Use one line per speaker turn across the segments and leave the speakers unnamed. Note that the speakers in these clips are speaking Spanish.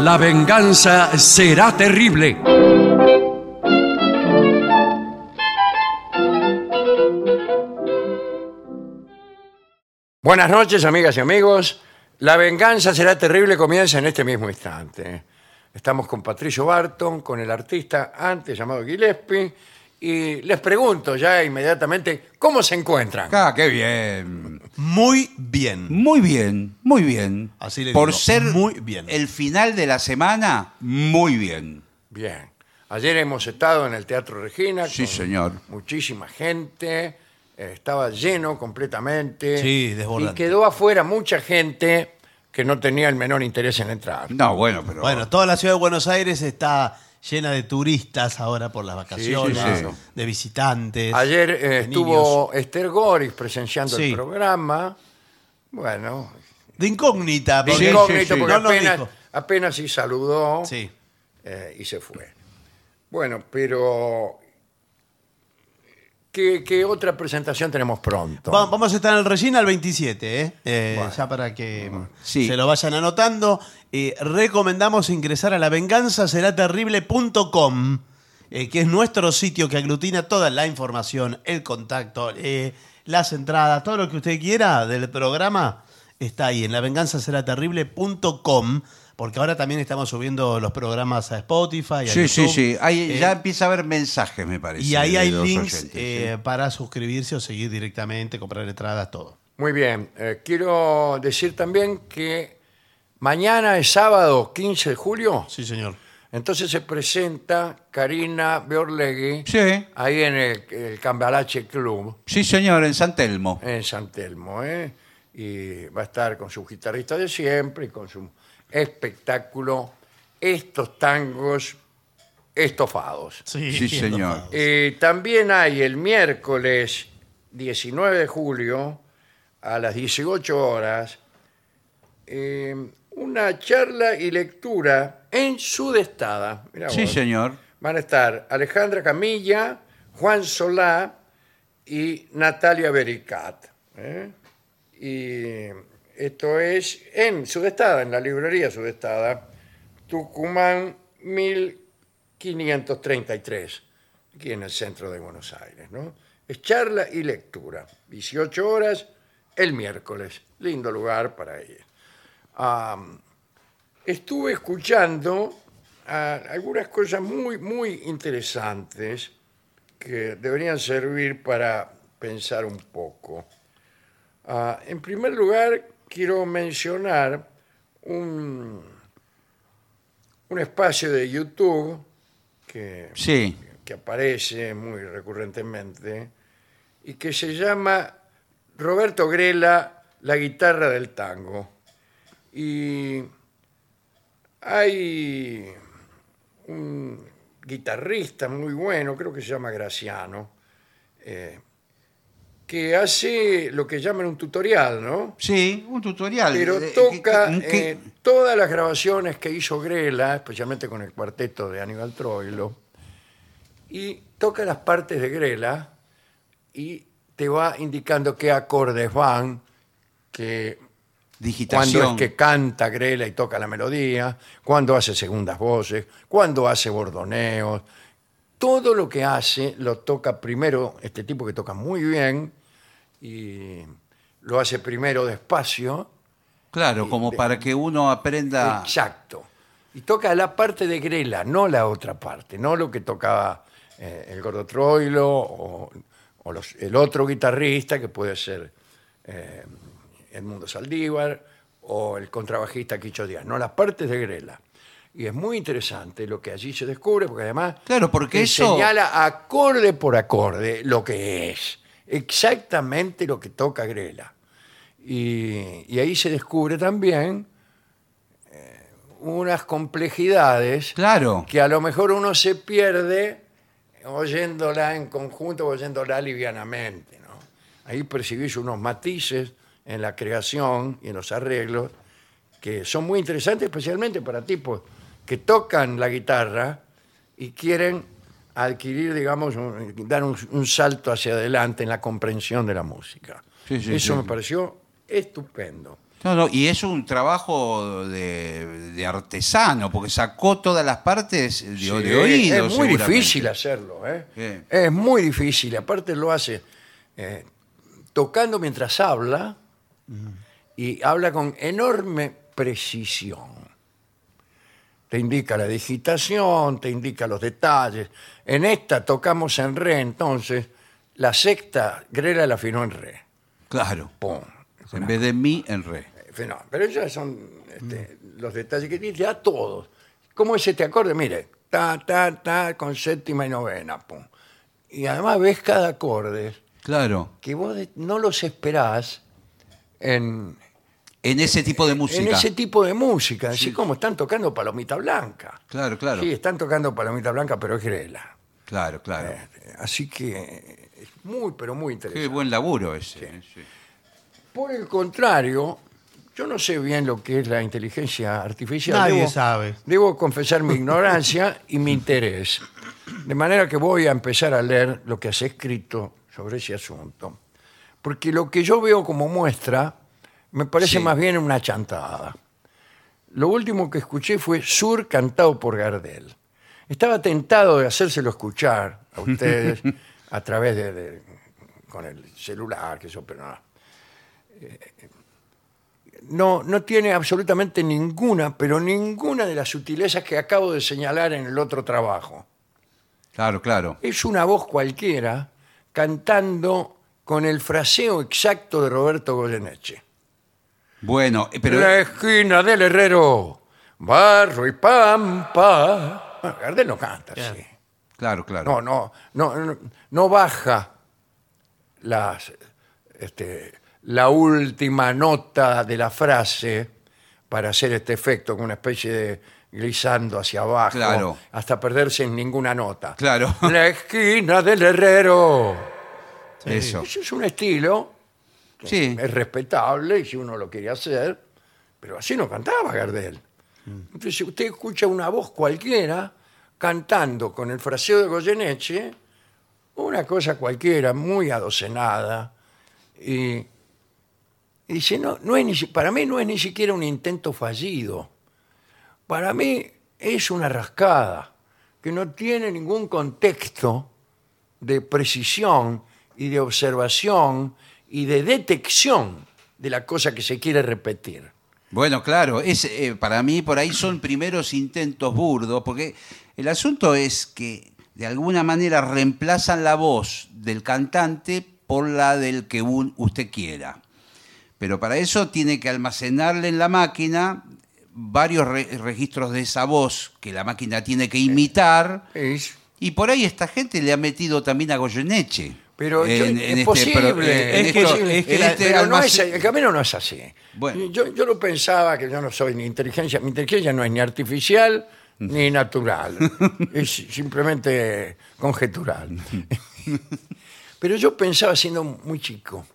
La venganza será terrible. Buenas noches, amigas y amigos. La venganza será terrible comienza en este mismo instante. Estamos con Patricio Barton, con el artista antes llamado Gillespie, y les pregunto ya inmediatamente cómo se encuentran.
Ah, qué bien.
Muy bien.
Muy bien, muy bien.
Así le
Por
digo,
ser
muy bien.
el final de la semana, muy bien.
Bien. Ayer hemos estado en el Teatro Regina.
Sí,
con
señor.
Muchísima gente. eh, Estaba lleno completamente.
Sí, desbordante.
Y quedó afuera mucha gente que no tenía el menor interés en entrar.
No, bueno, pero
Bueno, toda la ciudad de Buenos Aires está llena de turistas ahora por las vacaciones,
claro.
de visitantes.
Ayer eh,
de niños.
estuvo Esther Goris presenciando el
Sí.
programa. Bueno,
De incógnita,
de
porque-
incógnito,
sí, sí.
porque
No nos
apenas,
dijo.
apenas sí saludó
Sí.
eh, y se fue. Bueno, pero. ¿Qué, qué otra presentación tenemos pronto?
Va- vamos a estar en el Regina el 27, ¿eh? Eh,
Bueno.
ya para que
Sí.
se lo vayan anotando. Eh, recomendamos ingresar a lavenganzaseraterrible.com, eh, que es nuestro sitio que aglutina toda la información, el contacto, eh, las entradas, todo lo que usted quiera del programa está ahí en lavenganzaseraterrible.com. Porque ahora también estamos subiendo los programas a Spotify. a
Sí, sí,
YouTube.
sí. Ahí
Eh,
ya empieza a haber mensajes, me parece.
y ahí
de
hay
los
links
oyentes,
eh, para suscribirse o seguir directamente, comprar entradas, todo.
Muy bien. eh, quiero decir también que mañana es sábado 15 de julio.
Sí, señor.
Entonces se presenta Karina Beorlegui
Sí,
ahí en el, el Cambalache Club
sí, señor, en San Telmo.
en San Telmo. ¿eh? Y va a estar con su guitarrista de siempre y con su espectáculo Estos Tangos Estofados.
Sí, señor.
Eh, también hay el miércoles 19 de julio a las 18 horas eh, una charla y lectura en Sudestada. Mirá
Sí,
vos.
señor.
Van a estar Alejandra Camilla, Juan Solá y Natalia Bericat. ¿eh? Y esto es en Sudestada, en la librería Sudestada, Tucumán 1533, aquí en el centro de Buenos Aires. ¿no? Es charla y lectura, 18 horas el miércoles. Lindo lugar para ir. Am, estuve escuchando ah, algunas cosas muy, muy interesantes que deberían servir para pensar un poco. Ah, en primer lugar, quiero mencionar un, un espacio de YouTube que,
Sí,
que aparece muy recurrentemente y que se llama Roberto Grela, la guitarra del tango. Y hay un guitarrista muy bueno, creo que se llama Graciano, eh, que hace lo que llaman un tutorial, ¿no?
sí, un tutorial.
Pero
Eh,
toca
¿qué- qué-
eh, todas las grabaciones que hizo Grela, especialmente con el cuarteto de Aníbal Troilo, y toca las partes de Grela y te va indicando qué acordes van, que cuando
digitación.
es que canta Grela y toca la melodía, cuando hace segundas voces, cuando hace bordoneos. Todo lo que hace lo toca primero este tipo que toca muy bien y lo hace primero despacio.
Claro, como para que uno aprenda.
Exacto. Y toca la parte de Grela, no la otra parte, no lo que tocaba eh, el Gordo Troilo o, o los- el otro guitarrista que puede ser eh, Edmundo Saldívar o el contrabajista Quicho Díaz, no las partes de Grela. Y es muy interesante lo que allí se descubre, porque además
Claro, porque
te
eso-
señala acorde por acorde lo que es, exactamente lo que toca Grela. Y, y ahí se descubre también eh, unas complejidades
Claro,
que a lo mejor uno se pierde oyéndola en conjunto, oyéndola livianamente. ¿no? Ahí percibís unos matices en la creación y en los arreglos que son muy interesantes, especialmente para tipos que tocan la guitarra y quieren adquirir, digamos, un- dar un, un salto hacia adelante en la comprensión de la música.
Sí, sí,
Eso
sí.
me pareció estupendo.
No, no, y es un trabajo de, de artesano, porque sacó todas las partes de,
Sí,
de oído.
Es muy
seguramente.
difícil hacerlo, ¿eh?
Sí.
Es muy difícil. Aparte lo hace eh, tocando mientras habla y habla con enorme precisión. Te indica la digitación, te indica los detalles. En esta tocamos en re, entonces la sexta Grela la afinó en re.
Claro.
Pum.
En vez de mi, en re.
Fenó- Pero esos son este, los detalles que tiene, a todos. ¿Cómo es este acorde? Mire, ta, ta, ta, con séptima y novena, pum. Y además ves cada acorde
Claro.
que vos de- no los esperás en,
En ese tipo de música.
Eh, en ese tipo de música. Así como están tocando Palomita Blanca.
Claro, claro.
Sí, están tocando Palomita Blanca, pero es grela.
Claro, claro.
Este, Así que es muy, pero muy interesante.
Qué buen laburo ese. eh, sí.
Por el contrario, yo no sé bien lo que es la inteligencia artificial.
Nadie
Debo-
sabe.
Debo confesar mi ignorancia y mi interés. De manera que voy a empezar a leer lo que has escrito sobre ese asunto. Porque lo que yo veo como muestra me parece
Sí.
más bien una chantada. Lo último que escuché fue Sur cantado por Gardel. Estaba tentado de hacérselo escuchar a ustedes a través de, de- con el celular, que eso, pero no. Eh, No, no tiene absolutamente ninguna, pero ninguna de las sutilezas que acabo de señalar en el otro trabajo.
Claro, claro.
Es una voz cualquiera cantando con el fraseo exacto de Roberto Goyeneche.
Bueno, eh, pero.
La esquina del herrero, barro y pampa. Bueno, Gardel no canta,
Claro.
sí.
Claro, claro.
No, no, no, no, no baja las, este, la última nota de la frase para hacer este efecto, con una especie de glissando hacia abajo,
Claro.
hasta perderse en ninguna nota.
Claro.
La esquina del herrero.
Eso.
Eso es un estilo que
Sí.
es respetable y si uno lo quiere hacer, pero así no cantaba Gardel. Entonces, si usted escucha una voz cualquiera cantando con el fraseo de Goyeneche, una cosa cualquiera, muy adocenada, y, y dice, no, no es ni si- para mí no es ni siquiera un intento fallido, para mí es una rascada que no tiene ningún contexto de precisión y de observación y de detección de la cosa que se quiere repetir.
Bueno, claro, es, eh, para mí por ahí son primeros intentos burdos, porque el asunto es que de alguna manera reemplazan la voz del cantante por la del que un- usted quiera. Pero para eso tiene que almacenarle en la máquina varios re- registros de esa voz que la máquina tiene que imitar.
Es-
Y por ahí esta gente le ha metido también a Goyeneche.
pero yo-
En- en
es
este
posible.
pro- en
es
esto-
posible.
en este
pero no es-
almacén-
el camino no es así.
Bueno.
Yo, yo lo pensaba que yo no soy ni inteligencia. Mi inteligencia no es ni artificial ni natural. es simplemente conjetural. pero yo pensaba, siendo muy chico,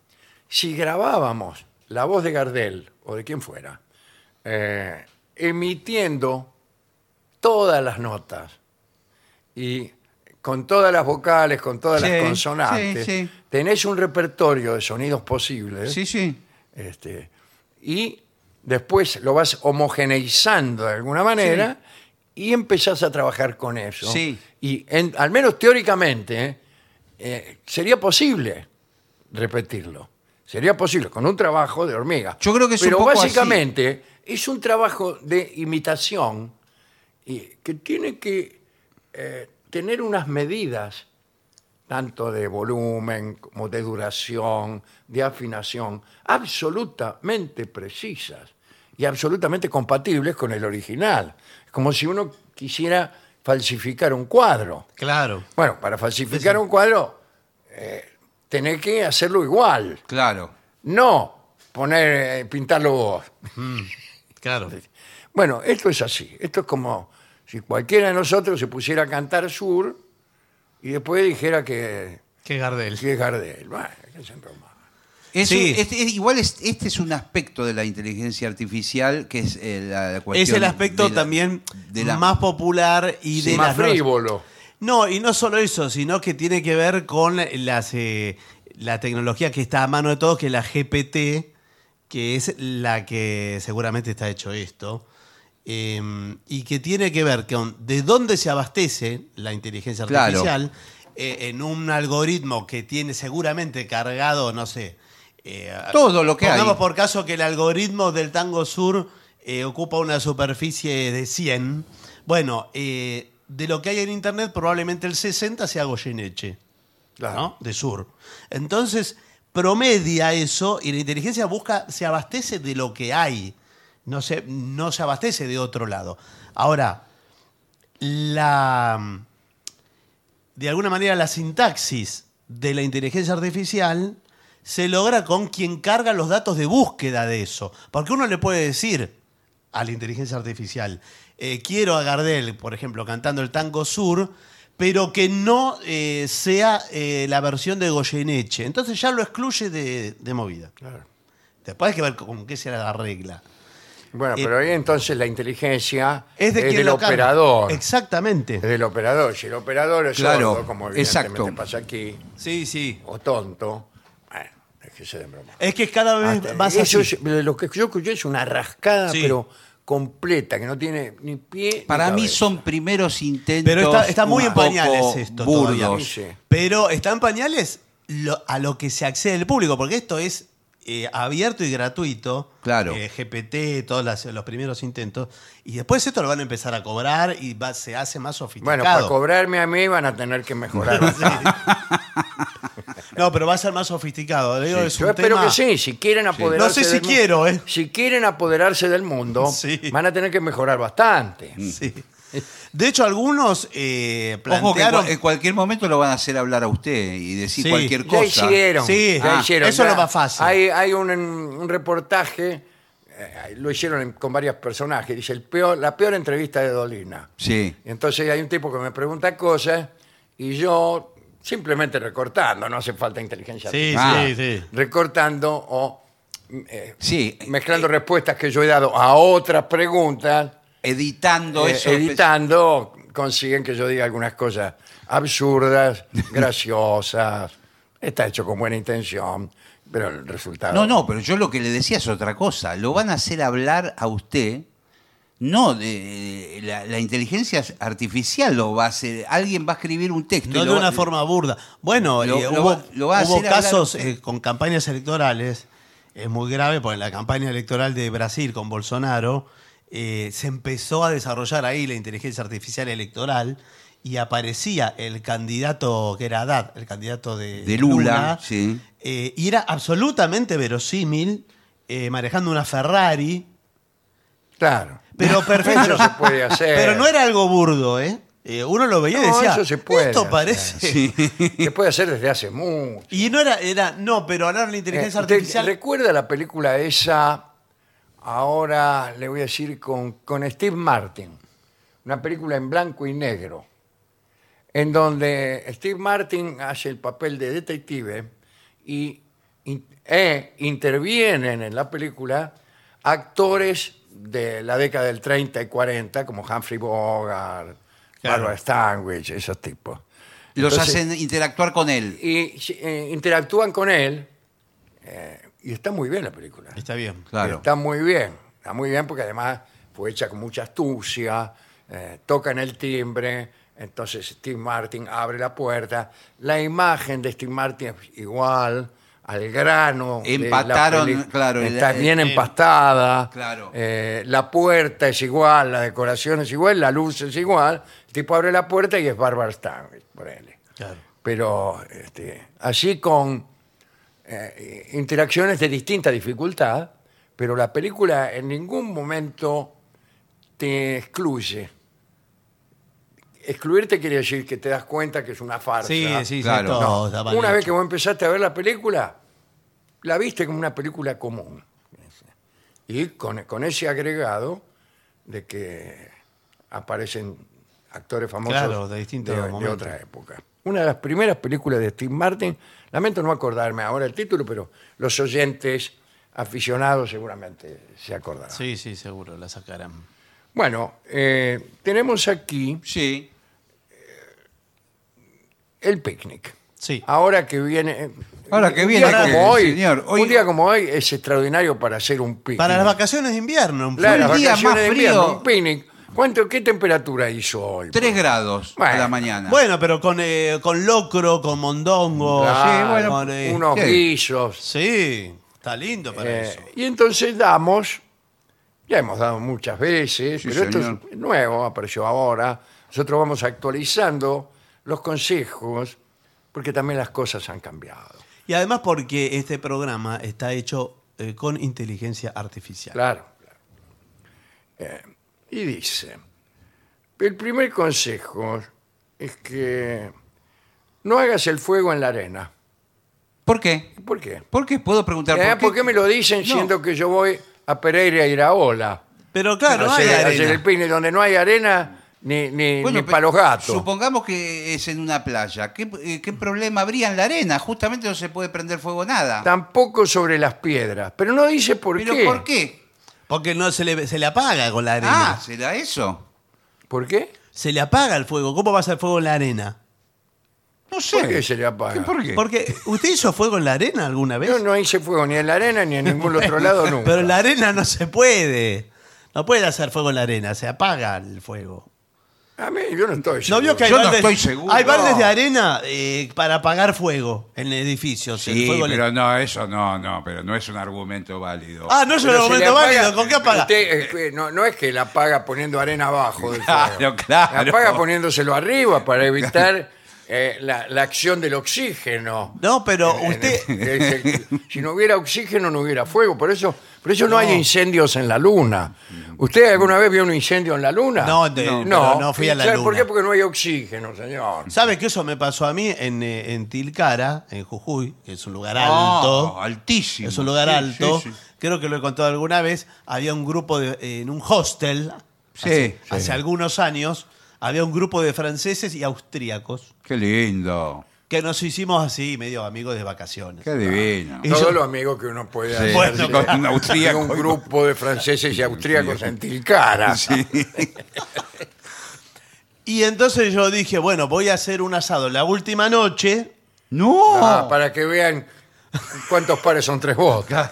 si grabábamos la voz de Gardel o de quien fuera, eh, emitiendo todas las notas y con todas las vocales, con todas
Sí,
las consonantes,
sí, sí.
tenés un repertorio de sonidos posibles
Sí, sí.
este, y después lo vas homogeneizando de alguna manera y empezás a trabajar con eso.
Sí.
Y en- al menos teóricamente eh, sería posible repetirlo. Sería posible con un trabajo de hormiga.
Yo creo que es un
Pero
poco
básicamente es un trabajo de imitación y que tiene que eh, tener unas medidas tanto de volumen como de duración, de afinación, absolutamente precisas y absolutamente compatibles con el original. Es como si uno quisiera falsificar un cuadro.
Claro.
Bueno, para falsificar un cuadro, eh, tenés que hacerlo igual,
Claro.
no poner, eh, pintarlo vos.
Claro.
Bueno, esto es así. Esto es como si cualquiera de nosotros se pusiera a cantar sur y después dijera que
Qué Gardel.
Sí, es Gardel. Bueno, qué se broma.
Es
Sí.
un- este- es- igual es- este es un aspecto de la inteligencia artificial que es eh, la cuestión.
Es el aspecto
de la-
también
de la-
más popular y de
Más
las nuevas-
frívolo.
No, y no solo eso, sino que tiene que ver con las, eh, la tecnología que está a mano de todos, que es la GPT, que es la que seguramente está hecho esto, eh, y que tiene que ver con de dónde se abastece la inteligencia
Claro.
artificial eh, en un algoritmo que tiene seguramente cargado, no sé, eh,
Todo lo que hay.
pongamos por caso que el algoritmo del Tango Sur eh, ocupa una superficie de 100. Bueno, eh, de lo que hay en Internet, probablemente el 60 sea Goyeneche.
Claro.
¿no? De sur. Entonces, promedia eso y la inteligencia busca, se abastece de lo que hay. No se, no se abastece de otro lado. Ahora, la. De alguna manera, la sintaxis de la inteligencia artificial se logra con quien carga los datos de búsqueda de eso. Porque uno le puede decir a la inteligencia artificial, eh, quiero a Gardel, por ejemplo, cantando el tango sur, pero que no eh, sea eh, la versión de Goyeneche. Entonces ya lo excluye de, de movida.
Claro.
Después hay que ver con qué será la regla.
Bueno,
Eh,
pero ahí entonces la inteligencia
Es de quien
del
lo carga.
operador. Eh.
Exactamente.
Es del operador. Si el operador es
Claro,
sordo, como evidentemente
exacto.
pasa aquí,
Sí, sí.
o tonto, bueno, es que se den broma.
Es que cada vez
Hasta-
más
eso
Ah, así.
es- lo que yo escuché es una rascada,
Sí.
pero completa, que no tiene ni pie. ni
Para mí
cabeza.
son primeros intentos.
Pero está- está muy
un
en pañales
poco
esto todavía.
Burdos.
Sí.
Pero están pañales lo- a lo que se accede el público, porque esto es eh, abierto y gratuito.
Claro.
Eh, GPT, todos las- los primeros intentos. Y después esto lo van a empezar a cobrar y va- se hace más sofisticado.
Bueno, para cobrarme a mí van a tener que mejorar.
no, pero va a ser más sofisticado. Digo, es
Yo
un
espero
tema-
que sí, si quieren apoderarse.
No sé si
del mu-
quiero, ¿eh?
Si quieren apoderarse del mundo,
Sí. Mm.
van a tener que mejorar bastante.
Sí. De hecho, algunos
Ojo que
eh,
en
plantearon...
cua- en cualquier momento lo van a hacer hablar a usted y decir
Sí.
cualquier
Ya
cosa.
hicieron.
Sí,
ya
ah,
hicieron,
eso
ya.
es lo más fácil.
Hay, hay un, un reportaje, eh, lo hicieron en- con varios personajes, dice, el peor, la peor entrevista de Dolina.
Sí.
Y Entonces hay un tipo que me pregunta cosas y yo, simplemente recortando, no hace falta inteligencia.
Sí,
Ah.
sí, sí.
Recortando o eh,
Sí,
mezclando respuestas que yo he dado a otras preguntas,
editando
eh,
eso.
editando, consiguen que yo diga algunas cosas absurdas, graciosas. Está hecho con buena intención, pero el resultado.
No, no, pero yo lo que le decía es otra cosa. Lo van a hacer hablar a usted. No, de, la, la inteligencia artificial lo va a hacer. Alguien va a escribir un texto. y
No
lo
de
va-
una forma burda. Bueno,
Lo-
eh,
lo
hubo,
va- lo va a
hubo
hacer hablar-
casos eh, con campañas electorales, es muy grave, porque en la campaña electoral de Brasil con Bolsonaro eh, se empezó a desarrollar ahí la inteligencia artificial electoral y aparecía el candidato que era Haddad, el candidato de,
De Lula, sí.
eh, y era absolutamente verosímil, eh, manejando una Ferrari,
Claro.
pero perfecto.
Eso se puede hacer.
Pero no era algo burdo, ¿eh? Eh, uno lo veía y
No,
decía,
eso se puede
esto
hacer".
parece...
Se puede hacer desde hace mucho.
Y no era, era no, pero ahora la inteligencia
Eh, ¿usted
artificial.
¿Recuerda la película esa? Ahora le voy a decir con, con Steve Martin. Una película en blanco y negro. En donde Steve Martin hace el papel de detective y in- e intervienen en la película actores de la década del 30 y 40, como Humphrey Bogart,
Claro.
Barbara Stanwyck, esos tipos
Los
Entonces-
hacen interactuar con él.
y eh, interactúan con él eh, y está muy bien la película.
Está bien.
Claro.
Está muy bien, está muy bien porque además fue hecha con mucha astucia, eh, tocan el timbre, entonces Steve Martin abre la puerta, la imagen de Steve Martin es igual al grano. de la
Empataron,
peli-
claro, el-
Está
el-
bien
el-
empastada,
Claro.
eh, la puerta es igual, la decoración es igual, la luz es igual, el tipo abre la puerta y es Barbara Stanwyck, por él
Claro.
pero este, así con eh, interacciones de distinta dificultad, pero la película en ningún momento te excluye. Excluirte quiere decir que te das cuenta que es una farsa.
Sí, sí,
Claro.
sí. todo está mal
Una
hecho.
vez que vos empezaste a ver la película, la viste como una película común. Y con, con ese agregado de que aparecen actores famosos
Claro, de distintos momentos.
otra época. Una de las primeras películas de Steve Martin, lamento no acordarme ahora el título, pero los oyentes aficionados seguramente se acordarán.
Sí, sí, seguro, la sacarán.
Bueno, eh, tenemos aquí
Sí.
el picnic.
Sí.
Ahora que viene. eh,
Ahora que
un
viene,
día como
que-
hoy,
señor, hoy-
Un día como hoy es extraordinario para hacer un picnic.
Para las vacaciones de invierno. un
Claro,
poco.
las
Un día
vacaciones
más
de invierno,
frío.
un picnic. ¿Cuánto, ¿Qué temperatura hizo hoy?
3 grados a la
Bueno.
mañana.
Bueno, pero con, eh, con locro, con mondongo.
Claro,
con, eh,
unos
sí.
guisos.
Sí, está lindo para
Eh,
eso.
y entonces damos, ya hemos dado muchas veces,
Sí,
pero
señor.
esto es nuevo, apareció ahora. Nosotros vamos actualizando los consejos porque también las cosas han cambiado.
Y además porque este programa está hecho eh, con inteligencia artificial.
Claro. claro. Eh, y dice, el primer consejo es que no hagas el fuego en la arena.
¿Por qué?
¿Por qué?
¿Por qué? Puedo preguntar
Eh,
por qué.
¿Por qué me lo dicen
No.
siendo que yo voy a Pereira y Iraola?
Pero claro, no hay
hacer,
arena.
hacer el picnic donde no hay arena ni, ni,
Bueno,
ni
pero
para los gatos.
Supongamos que es en una playa. ¿Qué, eh, qué problema habría en la arena? Justamente no se puede prender fuego nada.
Tampoco sobre las piedras. Pero no dice por
¿Pero
qué.
por qué?
Porque no se le, se le apaga con la arena.
Ah, ¿será eso?
¿Por qué?
Se le apaga el fuego. ¿Cómo va a ser fuego en la arena?
No sé.
¿Por qué se le apaga?
¿Por qué?
Porque usted hizo fuego en la arena alguna vez.
Yo no hice fuego ni en la arena ni en ningún otro lado nunca.
Pero en la arena no se puede. No puede hacer fuego en la arena, se apaga el fuego.
A mí yo no estoy
¿No
seguro.
vio que hay
Yo no
baldes,
estoy seguro.
hay baldes de arena eh, para apagar fuego en edificios? el
Sí,
fuego le-
pero no, eso no, no, pero no es un argumento válido.
Ah, no es un
Pero se le
momento
apaga-
válido. ¿Con qué apaga?
Usted, eh, no, no es que la apaga poniendo arena abajo del
Claro,
fuego.
claro.
La apaga poniéndoselo arriba para evitar eh, la, la acción del oxígeno.
No, pero
En
usted.
el- es el- si no hubiera oxígeno no hubiera fuego. Por eso, por eso no. hay
No.
incendios en la luna. ¿Usted alguna vez vio un incendio en la luna?
No, de- pero no fui a la
eh, ¿Sabe por
luna.
qué? Porque no hay oxígeno, señor.
¿Sabe que eso me pasó a mí en, eh, en Tilcara, en Jujuy, que es un
Oh.
lugar
No,
alto?
altísimo.
es un lugar
Sí,
alto.
sí, sí.
Creo que lo he contado alguna vez. Había un grupo de- en un hostel
Sí,
hace,
sí.
hace algunos años. Había un grupo de franceses y austríacos
Qué lindo,
que nos hicimos así, medio amigos de vacaciones.
qué divino.
Y
Todos
yo-
los amigos que uno puede
Sí,
hacer.
Bueno,
con un austríaco.
un grupo de franceses y austríacos en Tilcara.
Y entonces yo dije, bueno, voy a hacer un asado la última noche.
No,
Ah, para que vean cuántos pares son tres botas.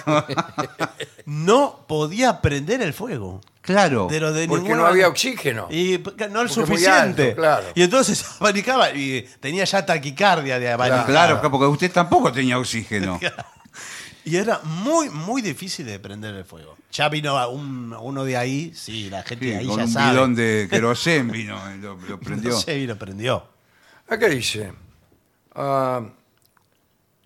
No podía prender el fuego.
claro.
Pero de
Porque
ninguna
no había
manera.
oxígeno.
Y p- no es
Porque es muy
suficiente.
alto, claro.
Y entonces abanicaba y tenía ya taquicardia de abanicar.
Claro, claro, porque usted tampoco tenía oxígeno.
Y era muy, muy difícil de prender el fuego. Ya vino a un- uno de ahí, sí, la gente
Sí,
de ahí
con
ya
un
sabe.
bidón de querosén vino, eh, lo, lo prendió.
No sé, y lo prendió.
Acá dice, ah,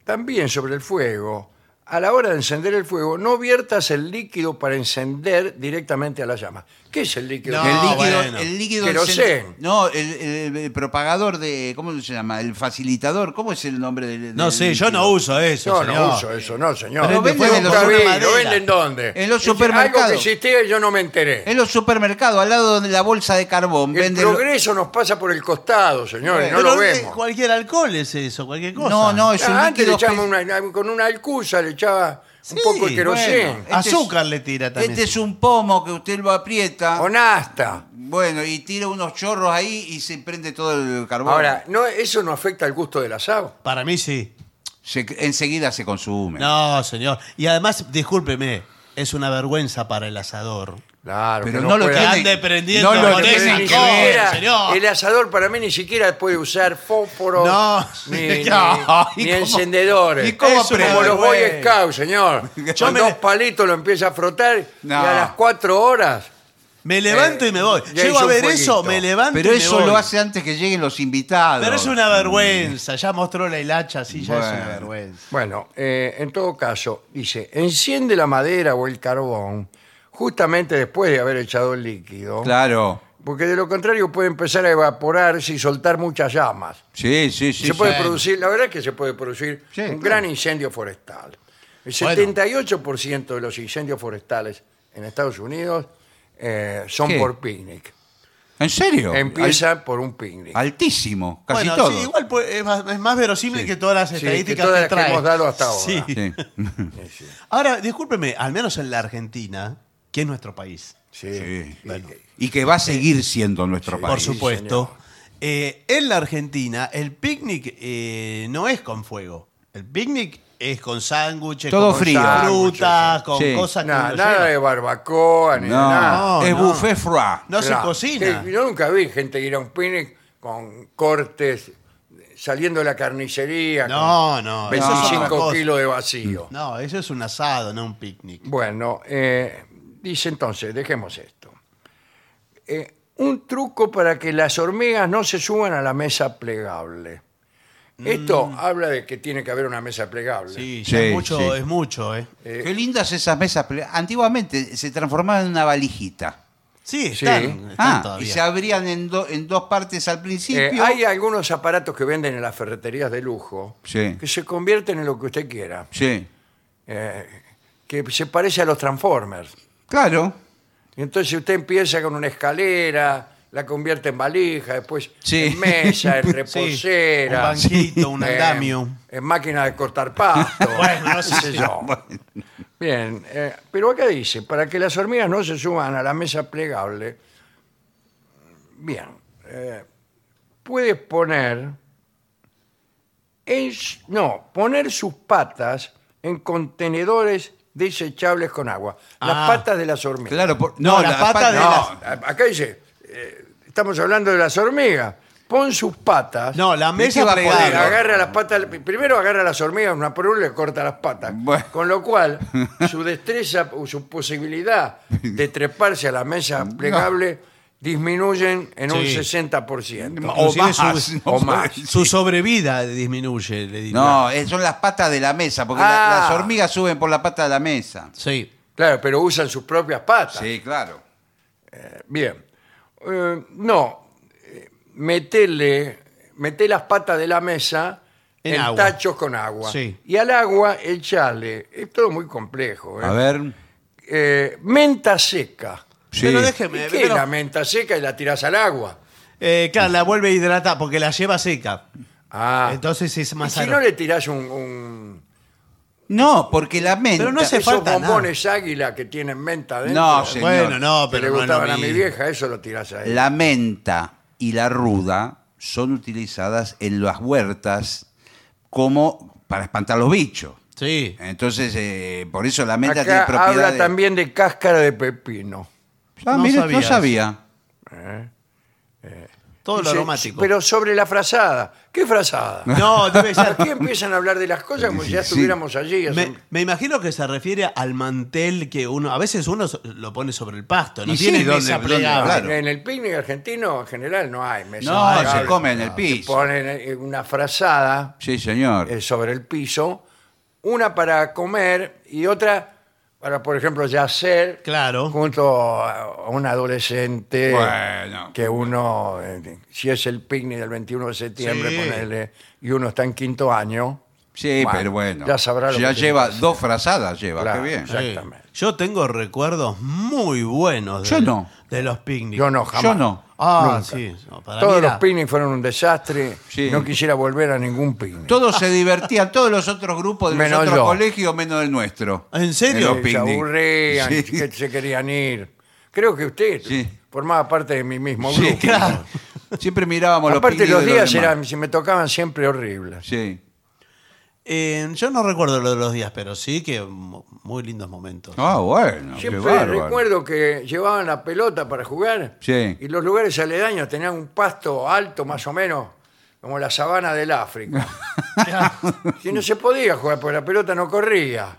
también sobre el fuego, a la hora de encender el fuego, no viertas el líquido para encender directamente a la llama. ¿Qué es el líquido?
No,
el líquido,
bueno.
el líquido
Querosén.
encen- no, el, el- el propagador de, ¿cómo se llama? El facilitador, ¿cómo es el nombre del, del
No sé, yo no
líquido?
uso eso.
No,
señor.
no uso eso, no, señor.
Prende
Usted
fuego
nunca
con
vi,
una madera.
¿Lo venden dónde?
En los
Dice, Algo
supermercados.
que existía y yo no me enteré.
En los supermercados, al lado de la bolsa de carbón,
El
venden. lo-
progreso nos pasa por el costado, señores, no
Pero
lo
de-
vemos.
Cualquier alcohol es eso, cualquier cosa.
No, no, es un
Ah, antes le
líquido.
echamos
espe-
una- con una alcusa, le echaba un
Sí,
poco de querosén.
bueno. Este
Azúcar le tira también.
Este es un pomo que usted lo aprieta.
Con asta.
Bueno, y tira unos chorros ahí y se prende todo el carbón.
Ahora, no, eso no afecta al gusto del asado.
Para mí sí.
Se- enseguida se consume.
No, señor. Y además, discúlpeme, es una vergüenza para el asador.
Claro,
Pero no lo
puede- Ah,
tiene-
Ande prendiendo
no lo
con
Pero
tiene
esas
ni
que
cosas,
ver,
siquiera-
señor.
El asador para mí ni siquiera puede usar fósforo
No,
ni,
no,
ni-
¿y
ni
cómo-
encendedores.
y cómo
Es
prende?
como los Boy
Güey.
Scouts, señor.
Yo
Con
me-
dos palitos lo empieza a frotar
No.
y a las cuatro horas.
Me levanto y me voy.
Eh, ya
Llego
hizo
a
un
ver
fueguito.
eso, me levanto
Pero
y me
eso
voy.
lo hace antes que lleguen los invitados.
Pero es una vergüenza. Ya mostró la hilacha, sí, ya es una
Bueno.
vergüenza.
Bueno, eh, en todo caso, dice, enciende la madera o el carbón justamente después de haber echado el líquido.
Claro.
Porque de lo contrario puede empezar a evaporarse y soltar muchas llamas.
Sí, sí, sí.
se puede
sí.
producir, la verdad es que se puede producir
Sí,
un
claro.
gran incendio forestal. El
Bueno.
78% de los incendios forestales en Estados Unidos eh, son
¿Qué?
por picnic.
¿En serio?
Empieza por un picnic.
Al- altísimo, casi
bueno,
todo.
sí, igual pues, es más, es más verosímil
Sí.
que todas las
Sí, que
estadísticas
todas
que
las que
trae.
hemos dado hasta ahora.
Sí.
Sí.
Sí,
Ahora, discúlpeme, al menos en la Argentina, que es nuestro país,
sí. Eh,
Sí.
Bueno,
Y que va a seguir siendo nuestro
Sí.
país.
por supuesto, Eh, en la Argentina, el picnic eh, no es con fuego. El picnic es con sándwiches,
Todo
con
frío.
frutas, con
Sí.
cosas que
Na-
uno
nada
lleva.
de barbacoa, ni nada.
No, es
no.
buffet froid.
No se
Claro.
cocina.
Sí, yo nunca vi gente ir a un picnic con cortes eh, saliendo de la carnicería.
No, no.
con
eso es otra
25
cosa.
kilos de vacío.
No, eso es un asado, no un picnic.
Bueno, eh, dice entonces, dejemos esto. Eh, un truco para que las hormigas no se suban a la mesa plegable. Esto habla de que tiene que haber una mesa plegable.
Sí,
Sí,
ya es mucho,
sí.
es mucho, ¿eh?
Eh,
Qué lindas esas mesas. ple- Antiguamente se transformaban en una valijita.
Sí,
Sí.
están, están
Ah, y
todavía.
se abrían en, do- en dos partes al
eh,
principio.
hay algunos aparatos que venden en las ferreterías de lujo
Sí.
que se convierten en lo que usted quiera,
Sí,
eh, que se parece a los Transformers.
claro.
Y Entonces usted empieza con una escalera, la convierte en valija, después
Sí.
en mesa, en
Sí,
reposera.
un banquito, un
eh,
andamio.
En máquina de cortar pasto.
Bueno, no
qué
sé
sé yo. Bien, eh, pero acá dice, para que las hormigas no se suban a la mesa plegable, bien, eh, puedes poner, en s- no, poner sus patas en contenedores desechables con agua. Las
Ah.
patas de las hormigas.
Claro, por-
No, la pata
pata-
de
no.
las-
No, acá dice, eh, estamos hablando de las hormigas. Pon sus patas.
No, la
¿De qué
mesa
va a
Poner,
claro.
plegable.
agarra las patas, primero agarra las hormigas una por una y le corta las patas.
Bueno.
Con lo cual, su destreza o su posibilidad de treparse a la mesa plegable disminuyen en
Sí.
un 60%.
O
Inclusive
más,
su-
no
o más.
puede-
Su sobrevida disminuye, le diría.
No, eh, son las patas de la mesa, porque la-
Ah.
las hormigas suben por la pata de la mesa.
Sí.
Claro, pero usan sus propias patas.
Sí, claro.
Bien. Eh, no, eh, metele, meté las patas de la mesa en,
En agua.
tachos con agua.
Sí.
Y al agua echale, es todo muy complejo, ¿eh?
A ver.
Eh, menta seca.
Sí.
Pero
¿Y
déjeme.
qué?
pero-
La menta seca y la tirás al agua.
eh, claro, la vuelve a hidratar porque la lleva seca.
Ah.
Entonces es
Y
más
si
aro-
no le tirás un, un-
No, porque la menta.
Pero no hace
esos
falta nada.
bombones águila que tienen menta dentro.
No,
que
señor.
Bueno, no, pero
le
no es lo
gustaban a mi
mismo.
vieja, eso lo tirás a ella.
La menta y la ruda son utilizadas en las huertas como para espantar los bichos.
Sí.
Entonces, eh, por eso la menta tiene
Acá habla
propiedades.
también de cáscara de pepino.
Ah,
No
mire,
sabía
no
eso.
sabía.
Todo lo
Dice,
aromático.
Pero sobre la frazada. ¿Qué frazada?
no, debe ser.
¿Por qué empiezan a hablar de las cosas como si ya
Sí.
estuviéramos allí?
Me, me imagino que se refiere al mantel que uno. A veces uno so- lo pone sobre el pasto. No
Y sí,
tiene
¿dónde-
mesa
dónde-
plegable.
claro.
En el picnic argentino en general no hay mesa.
No,
se
plegable.
come en el
Se
piso.
Ponen eh, una frazada
Sí, señor.
eh, sobre el piso, una para comer y otra para, por ejemplo, yacer
Claro.
junto a un adolescente
Bueno.
que uno, eh, si es el picnic del 21 de septiembre,
Sí.
ponele, y uno está en quinto año.
Sí,
bueno,
pero bueno.
ya sabrá lo que tiene
lleva
que hacer.
dos frazadas, lleva.
Claro.
Qué bien.
Ya- Exactamente.
Sí. Yo tengo recuerdos muy buenos de,
Yo no.
de los picnics.
Yo no, jamás.
Yo no.
Ah,
Nunca.
sí. no, para mí
Todos
era-
los picnics fueron un desastre.
Sí.
No quisiera volver a ningún picnic.
Todos se divertían, todos los otros grupos de
Menos
los otros
yo.
colegios, menos el nuestro.
¿Ah, ¿En serio?
los
Eh, se
picnic.
aburrían,
Sí.
que se querían ir. Creo que usted
Sí.
formaba parte de mi mismo
Sí,
grupo.
claro. Siempre mirábamos
Aparte,
los
los
picnic de
días
demás.
eran, si me tocaban siempre horribles.
Sí.
Eh, yo no recuerdo lo de los días, pero sí que mu- muy lindos momentos.
Ah, bueno. qué
Siempre
bárbaro.
recuerdo que llevaban la pelota para jugar
Sí.
y los lugares aledaños tenían un pasto alto, más o menos, como la sabana del África. y no se podía jugar porque la pelota no corría.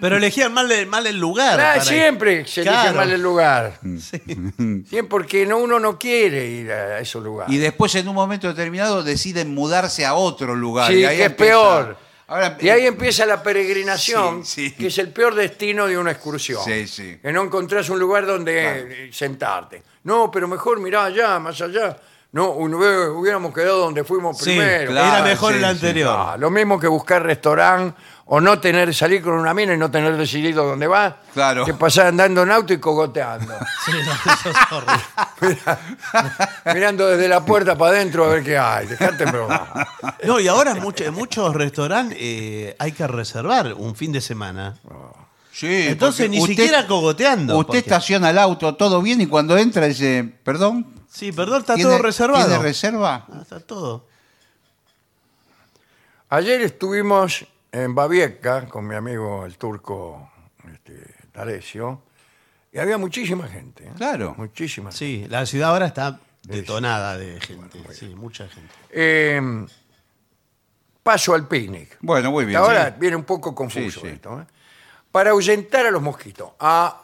Pero elegían mal, el- mal el lugar.
Ah,
para-
siempre se elige
Claro.
mal el lugar.
Sí.
Bien, porque no, uno no quiere ir a esos lugares.
Y después, en un momento determinado, deciden mudarse a otro lugar.
Sí,
y ahí
que es
empieza-
peor.
Ahora, eh, em-
Y ahí em- empieza la peregrinación,
Sí, sí.
que es el peor destino de una excursión.
Sí, sí.
Que no encontrás un lugar donde eh, sentarte. No, pero mejor mirá allá, más allá. No, un- eh, hubiéramos quedado donde fuimos
Sí,
primero.
era
claro,
mejor
sí,
el
sí.
anterior.
Ah, lo mismo que buscar restaurante o no tener, salir con una mina y no tener decidido dónde va.
Claro.
Que pasar andando en auto y cogoteando.
Sí, no, eso es horrible.
mirando desde la puerta para adentro a ver qué hay. Dejate probar.
No, y ahora en mucho- en muchos restaurantes eh, hay que reservar un fin de semana.
Sí,
Entonces
porque
ni
usted-
siquiera cogoteando.
Usted
porque-
estaciona el auto, todo bien, y cuando entra dice, perdón,
Sí, perdón, está
¿Tiene-
todo reservado.
¿Tiene reserva?
Ah, está todo.
Ayer estuvimos en Babieca con mi amigo el turco este, Taresio y había muchísima gente. ¿eh?
Claro.
Muchísima gente.
Sí, la ciudad ahora está detonada de gente. Sí, mucha gente.
Eh, paso al picnic.
Bueno, muy bien.
Ahora viene un poco confuso
Sí, sí.
esto. ¿eh? Para ahuyentar a los mosquitos. Ah,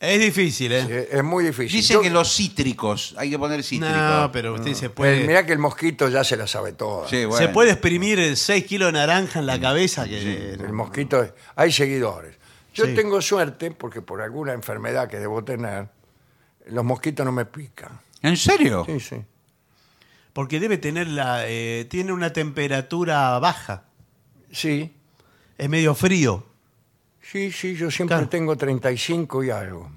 Es difícil, ¿eh?
eh, es muy difícil.
Dice
Yo-
que los cítricos, hay que poner cítricos.
No, pero usted se
Pues,
puede.
mirá que el mosquito ya se la sabe toda.
Sí, bueno.
Se puede exprimir 6 kilos de naranja en la cabeza. Que,
El mosquito, es- hay seguidores. Yo
Sí.
tengo suerte porque por alguna enfermedad que debo tener, los mosquitos no me pican.
¿En serio?
Sí, sí.
Porque debe tener la. eh, tiene una temperatura baja.
Sí,
Es medio frío.
sí, sí, yo siempre
Claro.
tengo 35 y algo.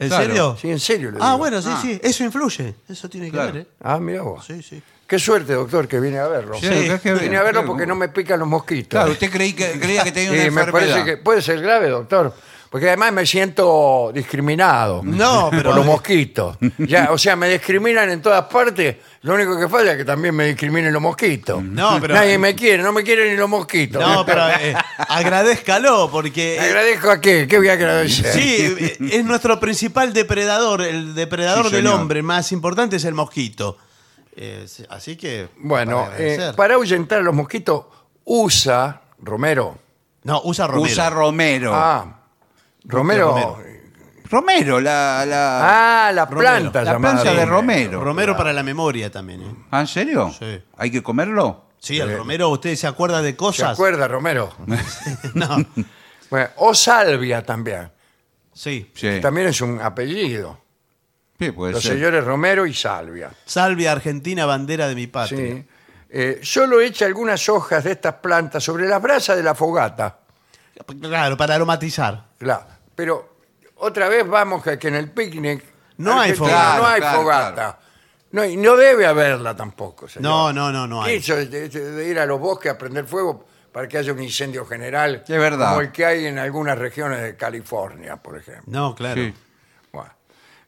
¿En
Claro.
serio?
Sí, en serio. le
Ah,
digo.
bueno, sí,
Ah.
sí. Eso influye. Eso tiene que
Claro.
ver, ¿eh?
Ah, mira vos.
Sí, sí.
Qué suerte, doctor, que viene a verlo.
Sí, creo que-
Vine a verlo
creo-
porque no me pican los mosquitos.
Claro, usted creí que, creía que tenía una
Sí, me parece
enfermedad.
que puede ser grave, doctor. Porque además me siento discriminado
No, pero-
por los mosquitos. Ya, o sea, me discriminan en todas partes. Lo único que falla es que también me discriminen los mosquitos.
No, pero-
Nadie me quiere, no me quieren ni los mosquitos.
No, pero eh, agradézcalo, porque. eh,
¿Agradezco a qué? ¿Qué voy a agradecer?
Sí, eh, es nuestro principal depredador. El depredador
Sí,
del
señor.
hombre más importante es el mosquito. Eh, sí, así que.
Bueno,
para
eh,
agradecer.
para ahuyentar a los mosquitos, usa Romero.
no, usa romero.
Usa Romero.
Ah, Romero.
Romero.
Romero, la... la...
Ah, la
Romero.
planta
La
llamada
planta de romero.
romero para la memoria también. ¿eh?
¿Ah, ¿En serio?
Sí.
¿Hay que comerlo?
Sí,
Eh,
el romero, ¿usted se acuerda de
¿Se
cosas?
acuerda, Romero?
no,
Bueno, o Salvia también.
sí.
Sí,
También es un apellido.
sí puede
Los
ser.
señores Romero y Salvia.
Salvia Argentina, bandera de mi
Sí.
patria.
Eh, solo echa algunas hojas de estas plantas sobre las brasas de la fogata.
Claro, para aromatizar.
Claro. Pero otra vez vamos a que en el picnic.
No hay
Argentina
fogata.
No hay
Claro,
fogata.
claro.
No, y no debe haberla tampoco. señor.
No, no, no, no
¿Qué
hay.
hizo de, de- de ir a los bosques a prender fuego para que haya un incendio general?
Es verdad.
Como el que hay en algunas regiones de California, por ejemplo.
No, claro.
Sí.
Bueno.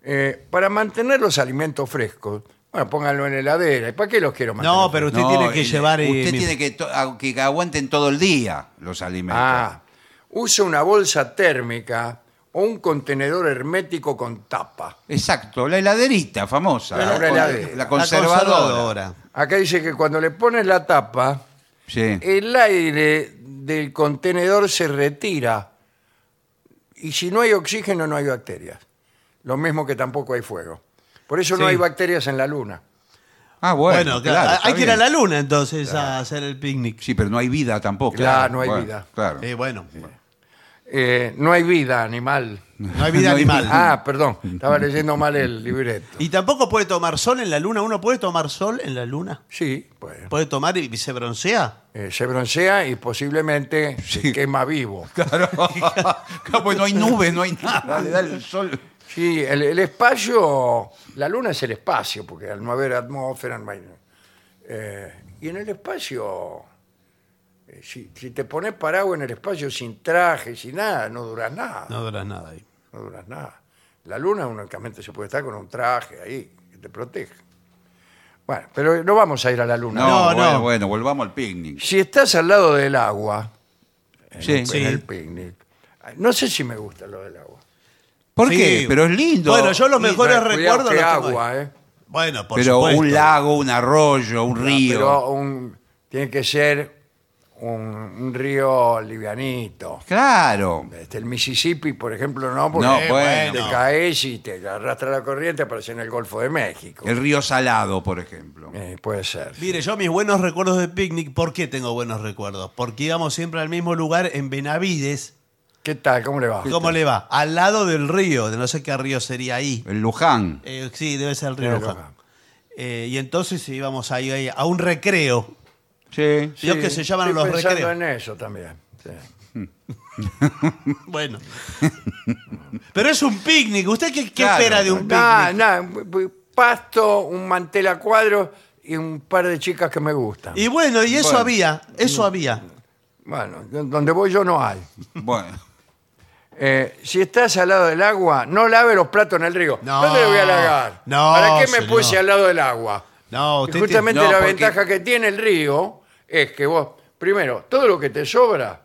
Eh, para mantener los alimentos frescos, bueno, pónganlo en heladera. ¿Y para qué los quiero mantener?
No, pero
frescos?
usted tiene que
el-
llevar. eh,
Usted
mi-
tiene que, to- a- que aguanten todo el día los alimentos.
Ah, usa una bolsa térmica o un contenedor hermético con tapa.
Exacto, la heladerita famosa.
Claro, la
con-
heladera.
la
la
conservadora.
conservadora.
Acá dice que cuando le pones la tapa,
Sí.
el aire del contenedor se retira. Y si no hay oxígeno, no hay bacterias. Lo mismo que tampoco hay fuego. Por eso no
Sí.
hay bacterias en la luna.
Ah, bueno.
Bueno, claro,
claro, está
hay que ir a
bien.
la luna entonces a hacer el picnic.
Sí, pero no hay vida tampoco.
Claro, no hay
bueno,
vida.
Claro.
Eh, bueno,
Eh, no hay vida animal.
no hay vida
No hay
animal.
Ah, perdón, estaba leyendo mal el libreto.
Y tampoco puede tomar sol en la luna. ¿Uno puede tomar sol en la luna?
Sí, pues.
¿Puede tomar y se broncea?
eh, se broncea y posiblemente se
Sí.
quema vivo.
Claro. Claro, pues no hay nubes, no hay nada. Le da el sol.
Sí, el, el espacio, la luna es el espacio, porque al no haber atmósfera, no hay- eh, y en el espacio, eh, si, si te pones paraguas en el espacio sin traje, sin nada, no duras nada.
No verás nada ahí.
No duras nada. La luna únicamente se puede estar con un traje ahí, que te protege. Bueno, pero no vamos a ir a la luna.
No,
No,
bueno,
no.
bueno, volvamos al picnic.
Si estás al lado del agua,
Sí.
en el picnic, no sé si me gusta lo del agua.
¿Por
Sí.
qué? Pero es lindo.
Bueno, yo los
Y-
mejores
Cuidado
recuerdos
que
los tengo ahí.
agua, ¿eh?
Bueno, por
Pero
supuesto.
un lago, un arroyo, un río.
Pero un- tiene que ser un, un río livianito.
Claro.
Este, el Mississippi, por ejemplo, no, porque
No,
eh,
bueno.
te caes y te arrastra la corriente, aparece en el Golfo de México.
El río Salado, por ejemplo.
Eh, puede ser.
Mire, yo mis buenos recuerdos de picnic, ¿por qué tengo buenos recuerdos? Porque íbamos siempre al mismo lugar en Benavides.
¿Qué tal? ¿Cómo le va?
¿Cómo le va? Al lado del río, de no sé qué río sería ahí.
El Luján.
Eh, sí, debe ser el
Sí,
río Luján.
Luján.
Eh, y entonces íbamos ahí, ahí a un recreo.
Sí.
Dios que se llaman
estoy
los
pensando
recreos.
en eso también. sí.
Bueno. Pero es un picnic. ¿Usted qué, qué
Claro,
espera de un picnic?
Nada, nada, bu- bu- pasto, un mantel a cuadros y un par de chicas que me gustan.
Y bueno, y eso
Bueno. Mm.
había, eso había.
Bueno, donde voy yo no hay.
Bueno.
eh, si estás al lado del agua, no lave los platos en el río.
No,
¿Dónde lo voy a lavar?
no,
¿Para qué me
señor.
puse al lado del agua?
No,
Y
usted
justamente
tiene- no,
la
porque-
ventaja que tiene el río es que vos, primero, todo lo que te sobra,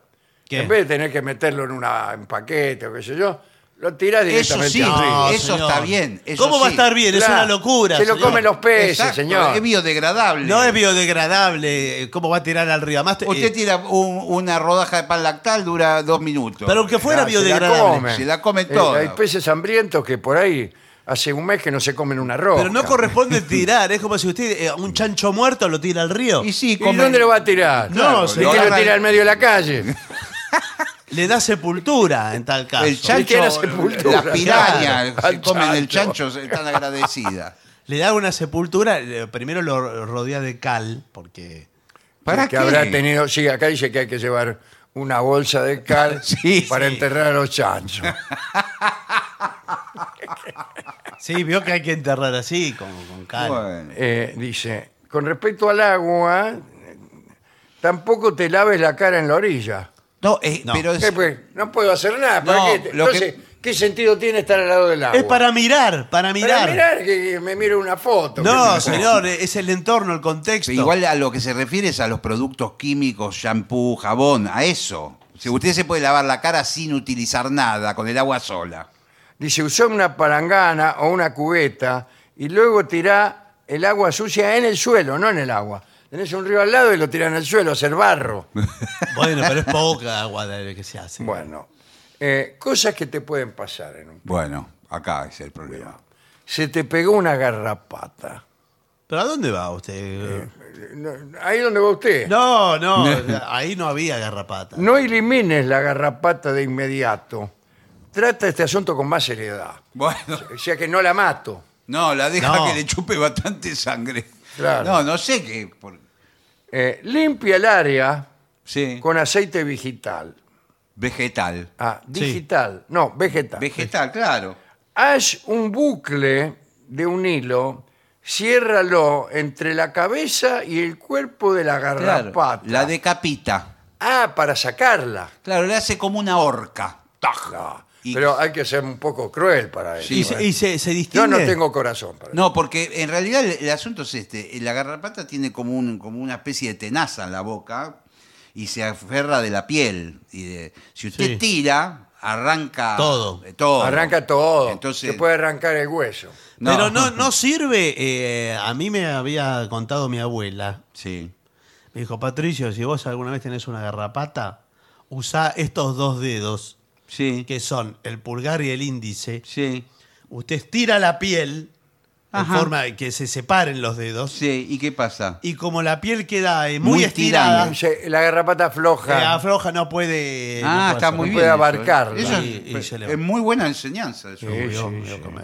¿Qué?
en vez de tener que meterlo en, una, en paquete o qué sé yo, lo tirás
Eso
directamente
sí,
al río.
No,
eso
señor.
está bien. eso
¿Cómo va a
sí.
estar bien? Es
Claro,
una locura.
Se lo
señor.
comen los peces,
Exacto,
señor.
Es biodegradable.
No es biodegradable. eh, ¿Cómo va a tirar al río? Además, te- eh,
Usted tira un- una rodaja de pan lactal, dura dos minutos.
pero aunque fuera
Ah, se la
biodegradable.
comen.
Se la comen
Eh,
toda.
Hay peces hambrientos que por ahí hace un mes que no se comen un arroz.
Pero no corresponde tirar. Es como si usted eh, un chancho muerto lo tira al río.
Y sí,
¿Y
comen-
dónde lo va a tirar?
No,
¿Y
señor.
quién lo tira al medio de la calle?
Le da sepultura en tal caso.
El
¿Y quién
chancho,
hace sepultura?
las pirañas
Claro,
se
al
comen el
chancho.
chancho, se- están agradecidas.
Le da una sepultura. eh, Primero lo rodea de cal, porque.
¿Para
que
qué?
habrá tenido. Sí, acá dice que hay que llevar una bolsa de cal
Sí,
para
sí.
enterrar a los chanchos.
Sí, vio que hay que enterrar así, con, con cal.
Bueno.
Eh, dice: con respecto al agua, eh, tampoco te laves la cara en la orilla.
No, eh,
No.
pero es-
Eh, pues, no puedo hacer nada. ¿para
No,
qué?
lo que-
Entonces, ¿qué sentido tiene estar al lado del agua?
Es para mirar, para mirar.
Para mirar que que me miro una foto.
No,
que-
señor, eh, es el entorno, el contexto.
igual a lo que se refiere es a los productos químicos, shampoo, jabón, a eso. Si usted se puede lavar la cara sin utilizar nada, con el agua sola.
Dice, usó una palangana o una cubeta y luego tirá el agua sucia en el suelo, no en el agua. Tenés un río al lado y lo tirás en el suelo, a hacer barro.
Bueno, pero es poca agua de que se hace.
Bueno, eh, cosas que te pueden pasar. En un...
Bueno, acá es el problema.
Se te pegó una garrapata.
¿Pero a dónde va usted?
Eh, no, Ahí donde va usted. No.
No, no, ahí no había garrapata.
elimines la garrapata de inmediato. Trata este asunto con más seriedad.
Bueno,
O sea que no la mato.
no, la deja
No.
que le chupe bastante sangre.
Claro.
No, no sé qué. por-
Eh, limpia el área
Sí.
con aceite vegetal.
Vegetal.
Ah,
Sí.
digital. No, vegetal.
Vegetal, claro.
Haz un bucle de un hilo, ciérralo entre la cabeza y el cuerpo de la
Claro,
garrapata.
La decapita.
Ah, para sacarla.
Claro, le hace como una horca. ¡Taj!
No,
Y-
pero hay que ser un poco cruel para eso.
Sí,
y
¿eh?
se, y se- se distingue.
Yo no tengo corazón para eso.
No, porque en realidad el, el asunto es este. La garrapata tiene como, un- como una especie de tenaza en la boca y se aferra de la piel. Y de- si usted
Sí.
tira, arranca
Todo.
eh, todo.
Arranca todo.
Entonces,
Te puede arrancar el hueso.
no.
Pero no, no sirve. eh, a mí me había contado mi abuela.
Sí.
Me dijo, Patricio, si vos alguna vez tenés una garrapata, usá estos dos dedos,
Sí.
que son el pulgar y el índice.
Sí.
Usted estira la piel
Ajá.
en forma de que se separen los dedos.
Sí. ¿Y qué pasa?
Y como la piel queda eh, muy,
Muy
estirada,
tirante.
Dice, La garrapata
eh,
floja.
afloja, no puede. no
ah,
puede
está
hacerlo.
muy
no
bien.
puede
eso, ¿eh?
abarcarla.
Eso
Y- y
es,
se le-
es muy buena enseñanza. eso.
Sí,
Obvio,
sí,
obvio
sí.
que me-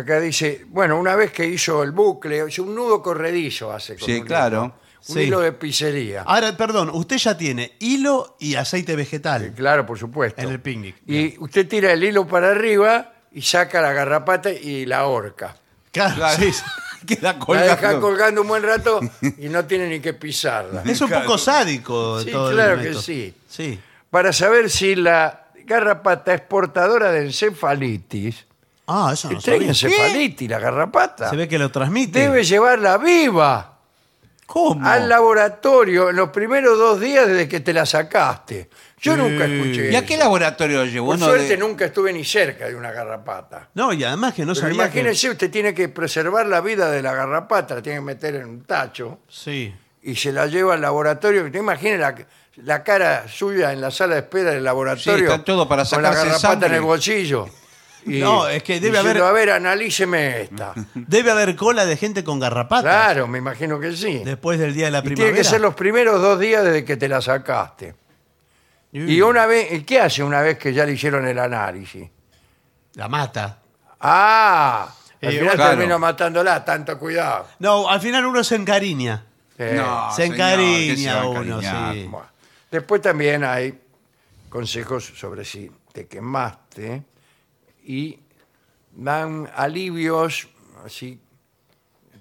Acá dice, bueno, una vez que hizo el bucle, hizo un nudo corredizo hace. con
Sí,
un hilo.
claro.
Un
Sí. Ah.
hilo de pizzería.
Ahora, perdón, usted ya tiene hilo y aceite vegetal.
Claro, por supuesto.
En el picnic.
Y usted tira el hilo para arriba y saca la garrapata y la horca.
Claro,
Claro.
sí, sí.
La
Queda
deja
colgando.
colgando un buen rato y no tiene ni que pisarla.
Es un poco sádico
Sí,
todo el
claro que
método.
sí.
Sí.
Para saber si la garrapata es portadora de encefalitis.
Ah, eso no
Tiene
sabía.
encefalitis la garrapata.
Se ve que lo transmite.
Debe llevarla viva
¿Cómo?
al laboratorio en los primeros dos días desde que te la sacaste. Yo nunca escuché.
¿Y a qué
eso.
laboratorio llevó?
Por
Uno
suerte
de-
nunca estuve ni cerca de una garrapata.
No, y además que no
Pero
sabía que-
imagínense, usted tiene que preservar la vida de la garrapata, la tiene que meter en un tacho
Sí.
y se la lleva al laboratorio. Usted imagine la, la cara suya en la sala de espera del laboratorio.
Sí, están todos para
Con la
sacarse
garrapata
sangre.
en el bolsillo. Y
No, es que debe
diciendo,
haber-
A ver, analíceme esta.
Debe haber cola de gente con garrapatas.
claro, me imagino que sí.
Después del día de la
Y
primavera.
tiene que ser los primeros dos días desde que te la sacaste. Y una vez, ¿y ¿qué hace una vez que ya le hicieron el análisis?
La mata.
Ah, al
Eh,
final
claro.
termino matándola, tanto cuidado.
No, al final uno se encariña.
Eh,
No,
se
señor,
encariña
que se va a
uno,
encariñar.
sí.
Bueno, Después también hay consejos sobre si te quemaste y dan alivios así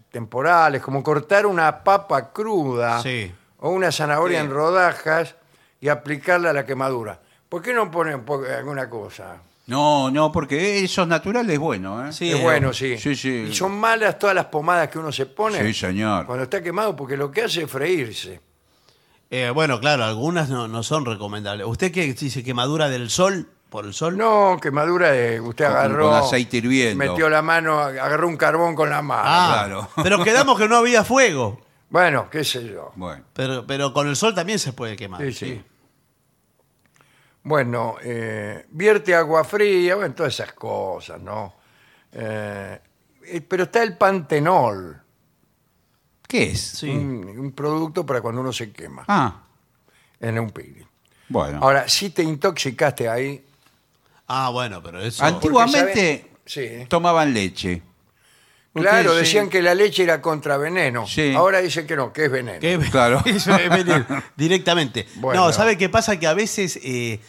temporales, como cortar una papa cruda
Sí.
o una zanahoria
Sí.
en rodajas y aplicarla a la quemadura. ¿Por qué no ponen po- alguna cosa?
No, no, porque eso es natural, es bueno, ¿eh?
Sí.
es bueno, sí.
sí, sí.
Y son malas todas las pomadas que uno se pone.
Sí, señor.
Cuando está quemado, porque lo que hace es freírse.
Eh, bueno, claro, algunas no, no son recomendables. ¿Usted qué dice? ¿Quemadura del sol? ¿Por el sol?
No, quemadura de. Usted
Con-
agarró.
con aceite hirviendo.
Metió la mano, agarró un carbón con la mano.
Ah,
claro.
pero quedamos que no había fuego.
Bueno, qué sé yo.
Bueno.
Pero, pero con el sol también se puede quemar.
Sí, sí. Bueno, eh, vierte agua fría, bueno, todas esas cosas, ¿no? Eh, eh, pero está el pantenol,
¿Qué es?
Sí.
un, un producto para cuando uno se quema
Ah,
en un picnic.
bueno.
Ahora, si te intoxicaste ahí,
Ah, bueno, pero eso.
Anti-
Antiguamente
sabe- sí.
tomaban leche.
claro,
Ustedes,
decían
sí.
que la leche era contraveneno.
Sí.
Ahora dicen que no, que es veneno.
Que-
Claro.
eso es venir directamente.
Bueno.
No, ¿sabe qué pasa? Que a veces eh,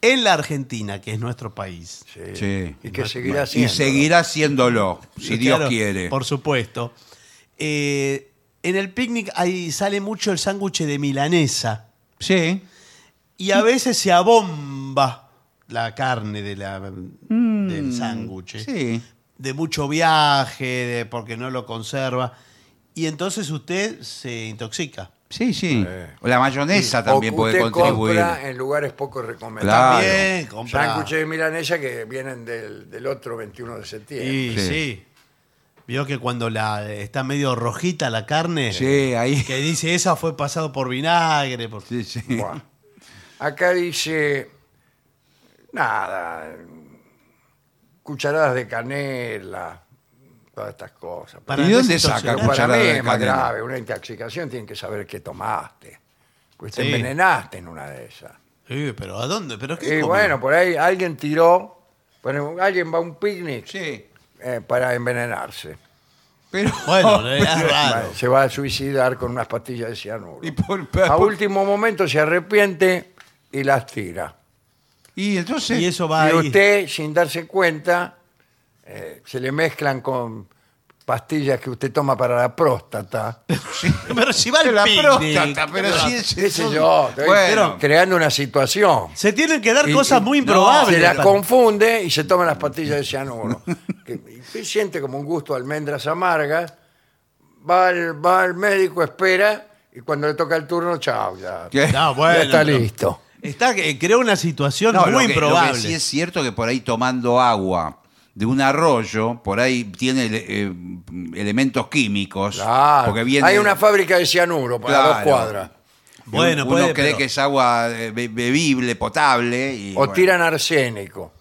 en la Argentina, que es nuestro país,
Sí.
Sí.
Y que seguirá
Y
siendo.
seguirá haciéndolo, si Dios
Claro,
quiere.
Por supuesto. Eh, en el picnic ahí sale mucho el sándwich de milanesa.
Sí.
Y
Mm.
a veces se abomba la carne de la, del sándwich.
Mm. Sí.
De mucho viaje, de- porque no lo conserva. Y entonces usted se intoxica.
Sí, sí. O la mayonesa también
O
puede
usted
contribuir.
compra en lugares poco recomendables.
Claro.
También, compra.
Sándwiches de milanesa que vienen del, del otro 21 de septiembre.
Y sí.
Sí.
Vio que cuando la está medio rojita la carne,
Sí, ahí.
que dice esa fue pasado por vinagre. por-
Sí, sí.
Buah. Acá dice, nada, cucharadas de canela, todas estas cosas.
Para
¿Y dónde
desintoxicar.
saca
Pero para
cucharada
mí
de
es más
canela?
grave, una intoxicación tienen que saber qué tomaste. Pues te
Sí.
envenenaste en una de esas.
Sí, pero ¿a dónde? ¿Pero qué
Y
comió?
bueno, por ahí alguien tiró, bueno, alguien va a un picnic
Sí.
eh, para envenenarse.
Pero.
Bueno, es raro.
Bueno, se va a suicidar con unas pastillas de cianuro.
Y, por-
A
por-
último momento se arrepiente y las tira.
y entonces.
Y eso va
y
ahí.
usted, sin darse cuenta, eh, se le mezclan con pastillas que usted toma para la próstata.
Pero si va al
la
picnic.
próstata, pero si es.
Qué sé yo, estoy
Bueno.
creando una situación.
Se tienen que dar
Y-
cosas
y-
muy
no,
improbables.
se la
para-
confunde y se toma las pastillas de cianuro. que, y usted siente como un gusto a almendras amargas, va al, va al médico, espera, y cuando le toca el turno, chao, ya,
¿Qué?
No,
ya
Ah, bueno,
está
pero-
listo.
Está, eh, crea una situación
No, lo
muy
que- lo que
improbable.
sí es cierto que por ahí tomando agua de un arroyo, por ahí tiene eh, elementos químicos.
Claro.
porque viene-
Hay una fábrica de cianuro para
Claro.
dos cuadras.
Bueno,
uno
puede,
cree
pero-
que es agua eh, be- bebible, potable. Y,
O
bueno.
tiran arsénico.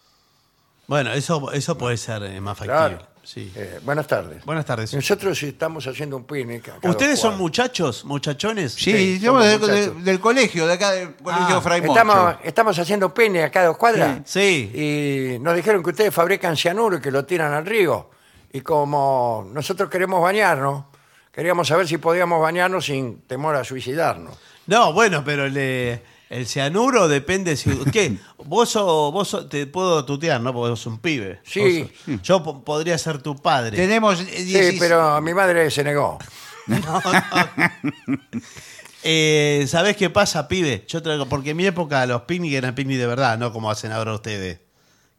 Bueno, eso, eso puede ser eh, más factible.
Claro.
sí.
Eh, buenas tardes.
Buenas tardes.
Nosotros estamos haciendo un picnic. acá
¿Ustedes
dos
son
cuadras.
muchachos, muchachones?
Sí,
Sí,
somos
somos
del- del-
muchachos.
del colegio, de acá del colegio
Ah,
Fray Mocho.
Estamos, estamos haciendo un picnic acá a dos cuadras.
Sí,
Y nos dijeron que ustedes fabrican cianuro y que lo tiran al río. Y como nosotros queremos bañarnos, queríamos saber si podíamos bañarnos sin temor a suicidarnos.
No, bueno, pero el, el cianuro depende si. ¿Qué? Vos, sos- vos sos- te puedo tutear, ¿no? Porque sos un pibe.
Sí.
Vos sos- yo po- podría ser tu padre.
Tenemos eh,
Sí,
16
pero mi madre se negó.
Eh, ¿Sabés qué pasa, pibe? Yo traigo, porque en mi época los picnic eran picnic de verdad, no como hacen ahora ustedes.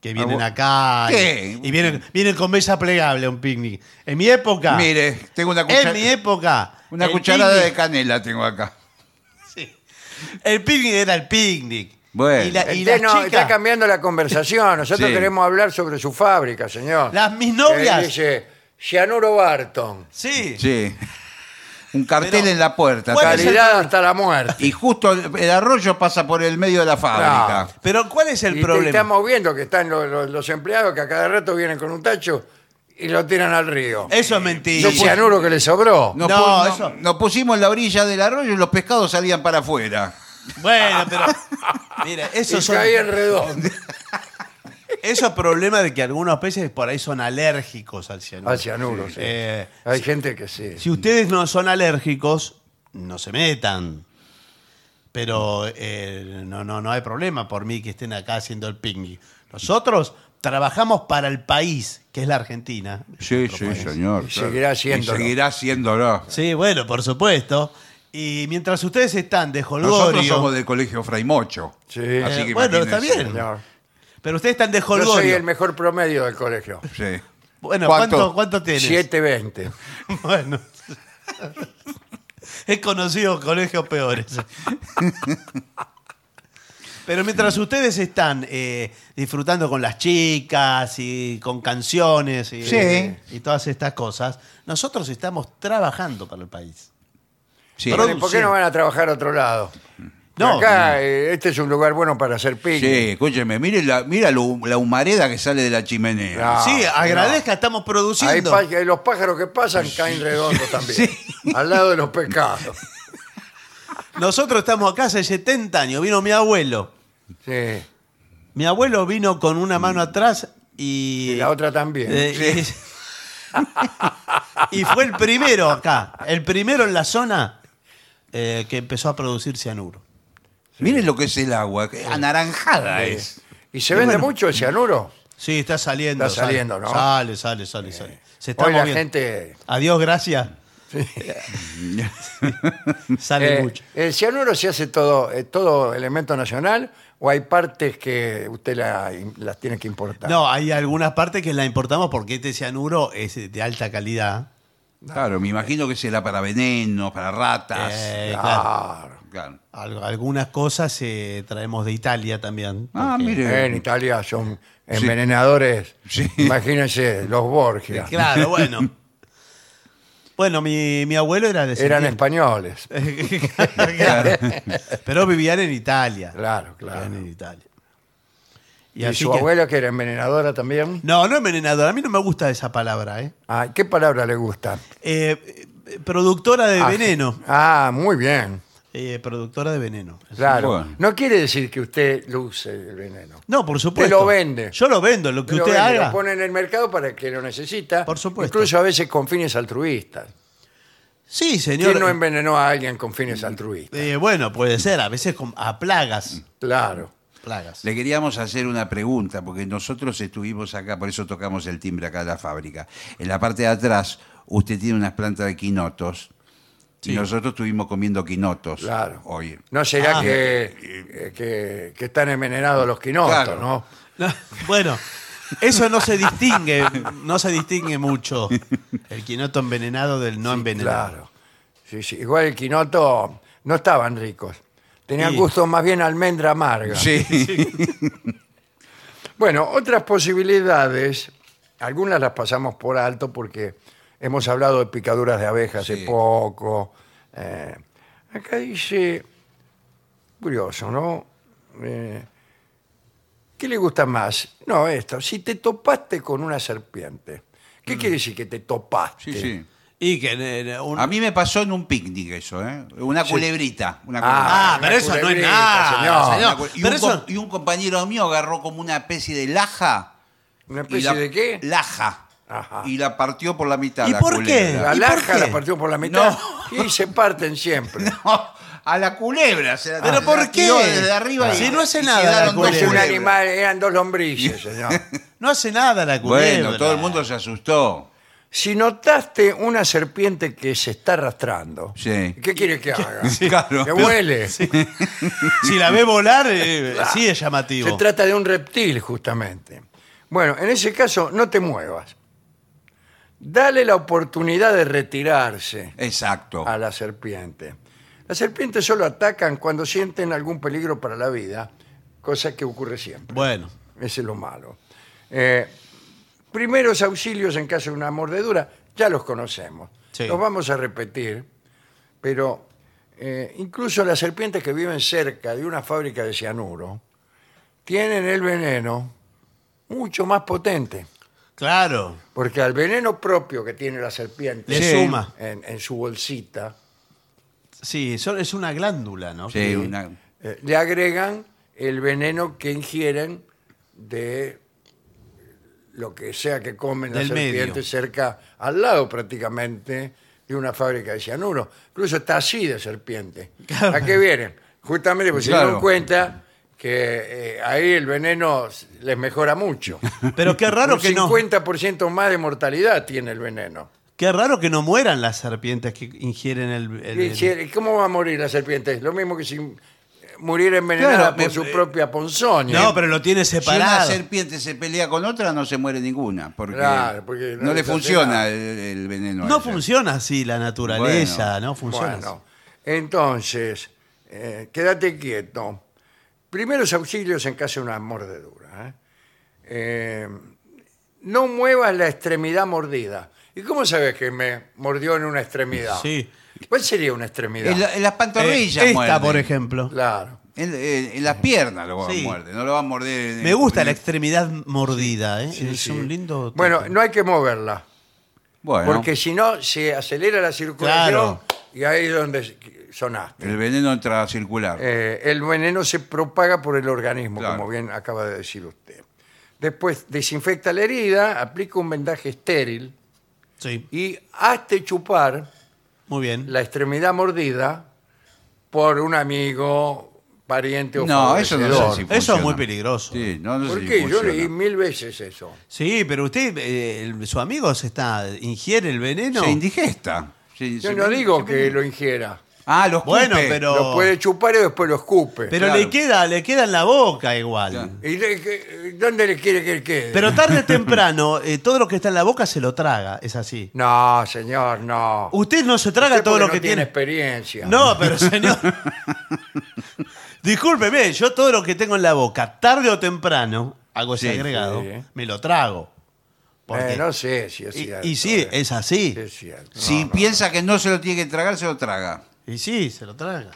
Que vienen
Ah, vos-
acá y-
¿Qué?
y, vienen, vienen con mesa plegable a un picnic. En mi época,
Mire, tengo una, cuchara-
en mi época,
una
el
cucharada
picnic-
de canela tengo acá.
El picnic era el picnic.
Bueno. Este
Y, la- Ah, y
Usted
las
no, está
chicas-
cambiando la conversación. Nosotros
Sí.
queremos hablar sobre su fábrica, señor.
Las mis
Que
novias.
Dice, cianuro Barton.
Sí.
Eh, Sí. Un cartel
Pero,
en la puerta.
¿cuál
tal.
es el-
Calidad hasta la muerte.
Y justo el el arroyo pasa por el medio de la fábrica.
Pero ¿cuál es el
y
problema?
estamos viendo que están los, los- los empleados que a cada rato vienen con un tacho y lo tiran al río.
Eso es
y
mentira.
el cianuro que le sobró.
Nos,
No,
pu- no-
eso-
nos pusimos en la orilla del arroyo y los pescados salían para afuera.
Bueno, pero. Mira, eso
y
son-
caí en redondo
eso es problema de que algunos peces por ahí son alérgicos al cianuro.
al cianuro. sí.
Eh,
Hay gente que sí.
Si ustedes no son alérgicos, no se metan. Pero eh, no, no, no hay problema por mí que estén acá haciendo el picnic. Nosotros trabajamos para el país, que es la Argentina.
Sí, sí, señor.
Y seguirá
claro.
haciéndolo.
Y seguirá haciéndolo.
Sí, bueno, por supuesto. Y mientras ustedes están de
Nosotros somos
holgorio,
del colegio Fraimocho.
Sí.
Así que
Eh, bueno, está
imagínense.
bien.
señor.
pero ustedes están de
Yo soy el
holgorio.
mejor promedio del colegio.
Sí.
Bueno,
¿Cuánto?
¿cuánto, cuánto tienes?
720.
Bueno. He conocido colegios peores. Pero mientras ustedes están eh, disfrutando con las chicas y con canciones y,
Sí.
y todas estas cosas, nosotros estamos trabajando para el país.
Sí.
Pero-
¿Por qué no van a trabajar a otro lado?
No.
Acá, eh, este es un lugar bueno para hacer picnic.
Sí, escúcheme, mire la, mira la hum- la humareda que sale de la chimenea.
Ah,
sí,
no.
agradezca, estamos
Hay
produciendo.
pa- hay los pájaros que pasan caen redondos también. Al lado de los pescados.
Nosotros estamos acá hace 70 años. Vino mi abuelo.
Sí.
Mi abuelo vino con una mano atrás y.
Mm. Y la otra también.
Eh, y, y fue el primero acá, el primero en la zona eh, que empezó a producir cianuro.
Mire lo que es el agua, que anaranjada
Sí.
es.
¿Y se vende mucho el cianuro?
Sí, está saliendo.
Está
sale,
saliendo, ¿no? Eh,
Sale, sale, sale, sale. Se está
Hoy la
moviendo.
gente...
Adiós, gracias. sale
eh,
mucho.
¿El cianuro se hace todo, eh, todo elemento nacional o hay partes que usted la- las tiene que importar?
No, hay algunas partes que la importamos porque este cianuro es de alta calidad.
Claro, me imagino que será para venenos, para
Ah,
ratas.
Eh, claro.
Claro.
Claro.
Al- Algunas cosas eh, traemos de Italia también.
Ah,
porque-
mire.
En Italia son envenenadores.
Sí.
Imagínense, los Borgia.
Claro, bueno. Bueno, mi, mi abuelo era de
Eran españoles.
Claro. Pero vivían en Italia.
Claro, claro.
Vivían en Italia.
¿Y,
así
su
que-
abuela que era envenenadora también?
No, no envenenadora. A mí no me gusta esa palabra, ¿eh?
Ah, ¿Qué palabra le gusta?
Eh, eh, productora de
Ah,
veneno.
Ah, muy bien.
Eh, productora de veneno.
Claro.
Bueno.
No quiere decir que usted luce el veneno.
No, por supuesto.
lo vende.
Yo lo vendo, lo que
Lo
usted
vende,
haga.
Lo pone en el mercado para el que lo necesita.
Por supuesto.
Incluso a veces con fines altruistas.
Sí, señor.
¿Quién no envenenó a alguien con fines altruistas?
Eh, bueno, puede ser. A veces con- a plagas.
Claro.
Plagas.
Le queríamos hacer una pregunta, porque nosotros estuvimos acá, por eso tocamos el timbre acá de la fábrica. En la parte de atrás, usted tiene unas plantas de quinotos. Y nosotros estuvimos comiendo quinotos
Claro.
hoy.
No será
Ah.
que, eh, que, que están envenenados los quinotos,
Claro.
¿no?
No, bueno, eso no se distingue, no se distingue mucho. El quinoto envenenado del no envenenado.
Claro. Sí, sí. Igual el quinoto no estaban ricos. Tenían
Sí.
gusto más bien a almendra amarga.
Sí.
Bueno, otras posibilidades, algunas las pasamos por alto porque hemos hablado de picaduras de abeja hace
Sí.
poco. Eh, acá dice, curioso, ¿no? Eh, ¿Qué le gusta más? No, esto, si te topaste con una serpiente. ¿Qué quiere decir que te topaste?
Mm. Sí, sí.
Y que eh, un-
A mí me pasó en un picnic eso, ¿eh? Una culebrita. Una
Ah,
Ah, pero
una
eso no es
culebrita,
nada,
señor.
culebrita. Ah, Una
señor.
cu- y, un
Pero eso-
com- y un compañero mío agarró como una especie de laja.
¿Una
y
especie
la-
de qué?
Laja.
Ajá.
Y la partió por la mitad.
¿Y
la
por qué?
culebra.
La
¿Y por
larga
qué?
la partió por la mitad
No.
y se parten siempre.
a la culebra.
Ah,
Se la,
¿Pero
se
por
la
qué?
tiró Desde arriba y-
Si no hace
y
nada la
quedaron dos
Es Ah. un
culebras.
animal, eran dos lombrices, señor.
no hace nada la culebra.
Bueno, todo el mundo se asustó.
Si notaste una serpiente que se está arrastrando,
Sí.
¿qué quiere que haga?
Sí, claro.
Que huele.
Si la ve volar, eh, sí es llamativo.
Se trata de un reptil, justamente. Bueno, en ese caso, no te muevas. Dale la oportunidad de retirarse
Exacto.
a la serpiente. Las serpientes solo atacan cuando sienten algún peligro para la vida, cosa que ocurre siempre.
Bueno,
Ese es lo malo. Eh, primeros auxilios en caso de una mordedura, ya los conocemos.
Sí.
Los vamos a repetir, pero eh, incluso las serpientes que viven cerca de una fábrica de cianuro tienen el veneno mucho más potente,
claro,
porque al veneno propio que tiene la serpiente
le
Sí.
suma.
en, en su bolsita,
Sí, eso es una glándula, ¿no?
Sí, una-
eh, le agregan el veneno que ingieren de lo que sea que comen las
Del medio.
serpientes cerca, al lado prácticamente de una fábrica de cianuro. Incluso está así de serpiente. ¿A qué vienen? Justamente porque se
Claro.
dieron cuenta que eh, ahí el veneno s- les mejora mucho.
Pero qué raro
Un
que no.
50% más de mortalidad tiene el veneno.
Qué raro que no mueran las serpientes que ingieren el. el-
Y si- ¿y ¿Cómo va a morir la serpiente? Lo mismo que si eh, muriera envenenada
Claro,
por
me-
su propia ponzoña.
eh, No, pero lo tiene
Si una
separado.
serpiente se pelea con otra, no se muere ninguna, porque,
Claro, porque no
no,
le
le
hace
funciona
nada.
el, el veneno. a
No
ella.
funciona así la naturaleza,
Bueno.
no funciona.
Bueno, entonces, eh, quédate quieto. Primeros auxilios en caso de una mordedura. ¿eh? Eh, no muevas la extremidad mordida. ¿Y cómo sabes que me mordió en una extremidad?
Sí.
¿Cuál sería una extremidad?
En, la- en las
Eh,
pantorrillas
esta,
muerde.
por ejemplo.
Claro.
En, en- en las piernas lo va
Sí.
a morder, no lo va a morder. en-
Me gusta
en-
la extremidad mordida, ¿eh? es
sí.
un lindo.
Bueno, no hay que moverla,
Bueno,
porque si no se acelera la circulación
Claro.
y ahí es donde sonaste.
el veneno entra a circular.
Eh, el veneno se propaga por el organismo,
Claro.
como bien acaba de decir usted. Después desinfecta la herida, aplica un vendaje estéril
Sí,
y hazte chupar
muy bien.
la extremidad mordida por un amigo, pariente o
no, eso no
favorecedor.
sé si funciona.
Eso es muy peligroso.
Sí, no, no sé
¿Por
si
qué? Yo
funciona.
leí mil veces eso.
Sí, pero usted, eh, el- su amigo se está ingiere el veneno.
Se indigesta. Sí,
Yo
se-
no
se-
digo
se-
que lo ingiera.
Ah, los
Bueno,
cupe.
pero-
Lo puede chupar y después lo escupe.
pero
claro.
le queda, le queda en la boca igual.
Claro.
¿Y le- que- dónde le quiere que quede?
Pero tarde o temprano, eh, todo lo que está en la boca se lo traga, es así.
No, señor, no.
Usted no se traga
Usted
todo
porque
lo
no
que
tiene
tiene.
experiencia.
No, pero señor. Discúlpeme, yo todo lo que tengo en la boca, tarde o temprano, hago ese
Sí,
agregado,
sí, ¿eh?
me lo trago. Porque-
Eh, no sé si es
y,
cierto.
y sí,
eh.
es así.
Sí, es cierto.
Si
No, no.
piensa que no se lo tiene que tragar, se lo traga.
Y sí, se lo traga.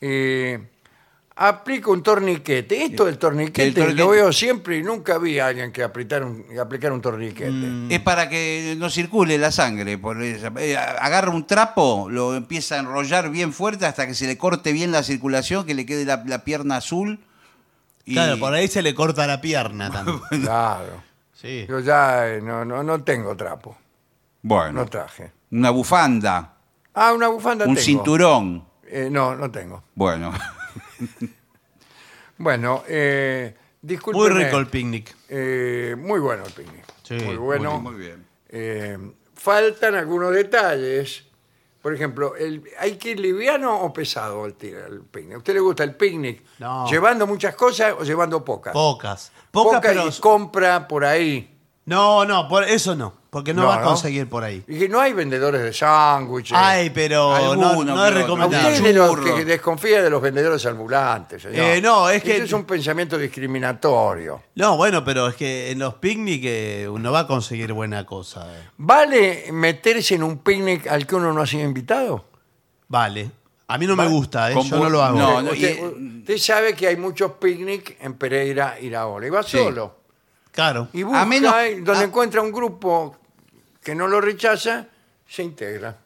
Eh, aplica un torniquete. Esto del torniquete,
El torniquete.
lo veo siempre y nunca vi a alguien que aplicar un, aplicar un torniquete.
Mm.
Es para que no circule la sangre. Por esa- eh, agarra un trapo, lo empieza a enrollar bien fuerte hasta que se le corte bien la circulación, que le quede la, la pierna azul. Y
Claro, por ahí se le corta la pierna también.
Claro.
Sí.
Yo ya eh, no, no, no tengo trapo.
Bueno,
No traje.
una bufanda,
Ah, una bufanda
un
tengo.
cinturón.
Eh, no, no tengo.
Bueno,
Bueno, eh,
Muy
discúlpeme.
rico el picnic.
Eh, muy bueno el picnic.
Sí,
muy bueno.
muy bien.
Eh, faltan algunos detalles. Por ejemplo, el- ¿hay que ir liviano o pesado al tira- al picnic? ¿A usted le gusta el picnic?
No.
¿Llevando muchas cosas o llevando pocas?
Pocas. Pocas,
Pocas
pero.
y compra por ahí.
No, no, por eso no. Porque no,
No,
va a
¿no?
conseguir por ahí.
Y que no hay vendedores de sándwiches.
Ay, pero no,
Alguno
no
que
es
otro.
A
no,
usted es
recomendable.
de los
churros.
que desconfía de los vendedores ambulantes, señor.
Eh, no, es que-
Eso es un pensamiento discriminatorio.
No, bueno, pero es que en los picnic eh, uno va a conseguir buena cosa. eh.
¿Vale meterse en un picnic al que uno no ha sido invitado?
Vale. A mí no
Va-
me gusta, eh,
con
yo
bu-
no lo hago.
no.
usted,
y-
usted sabe que hay muchos picnic en Pereira y La Ola. Y va
Sí.
solo.
Claro.
Y busca,
A menos-
y donde
a-
encuentra un grupo que no lo rechaza, se integra.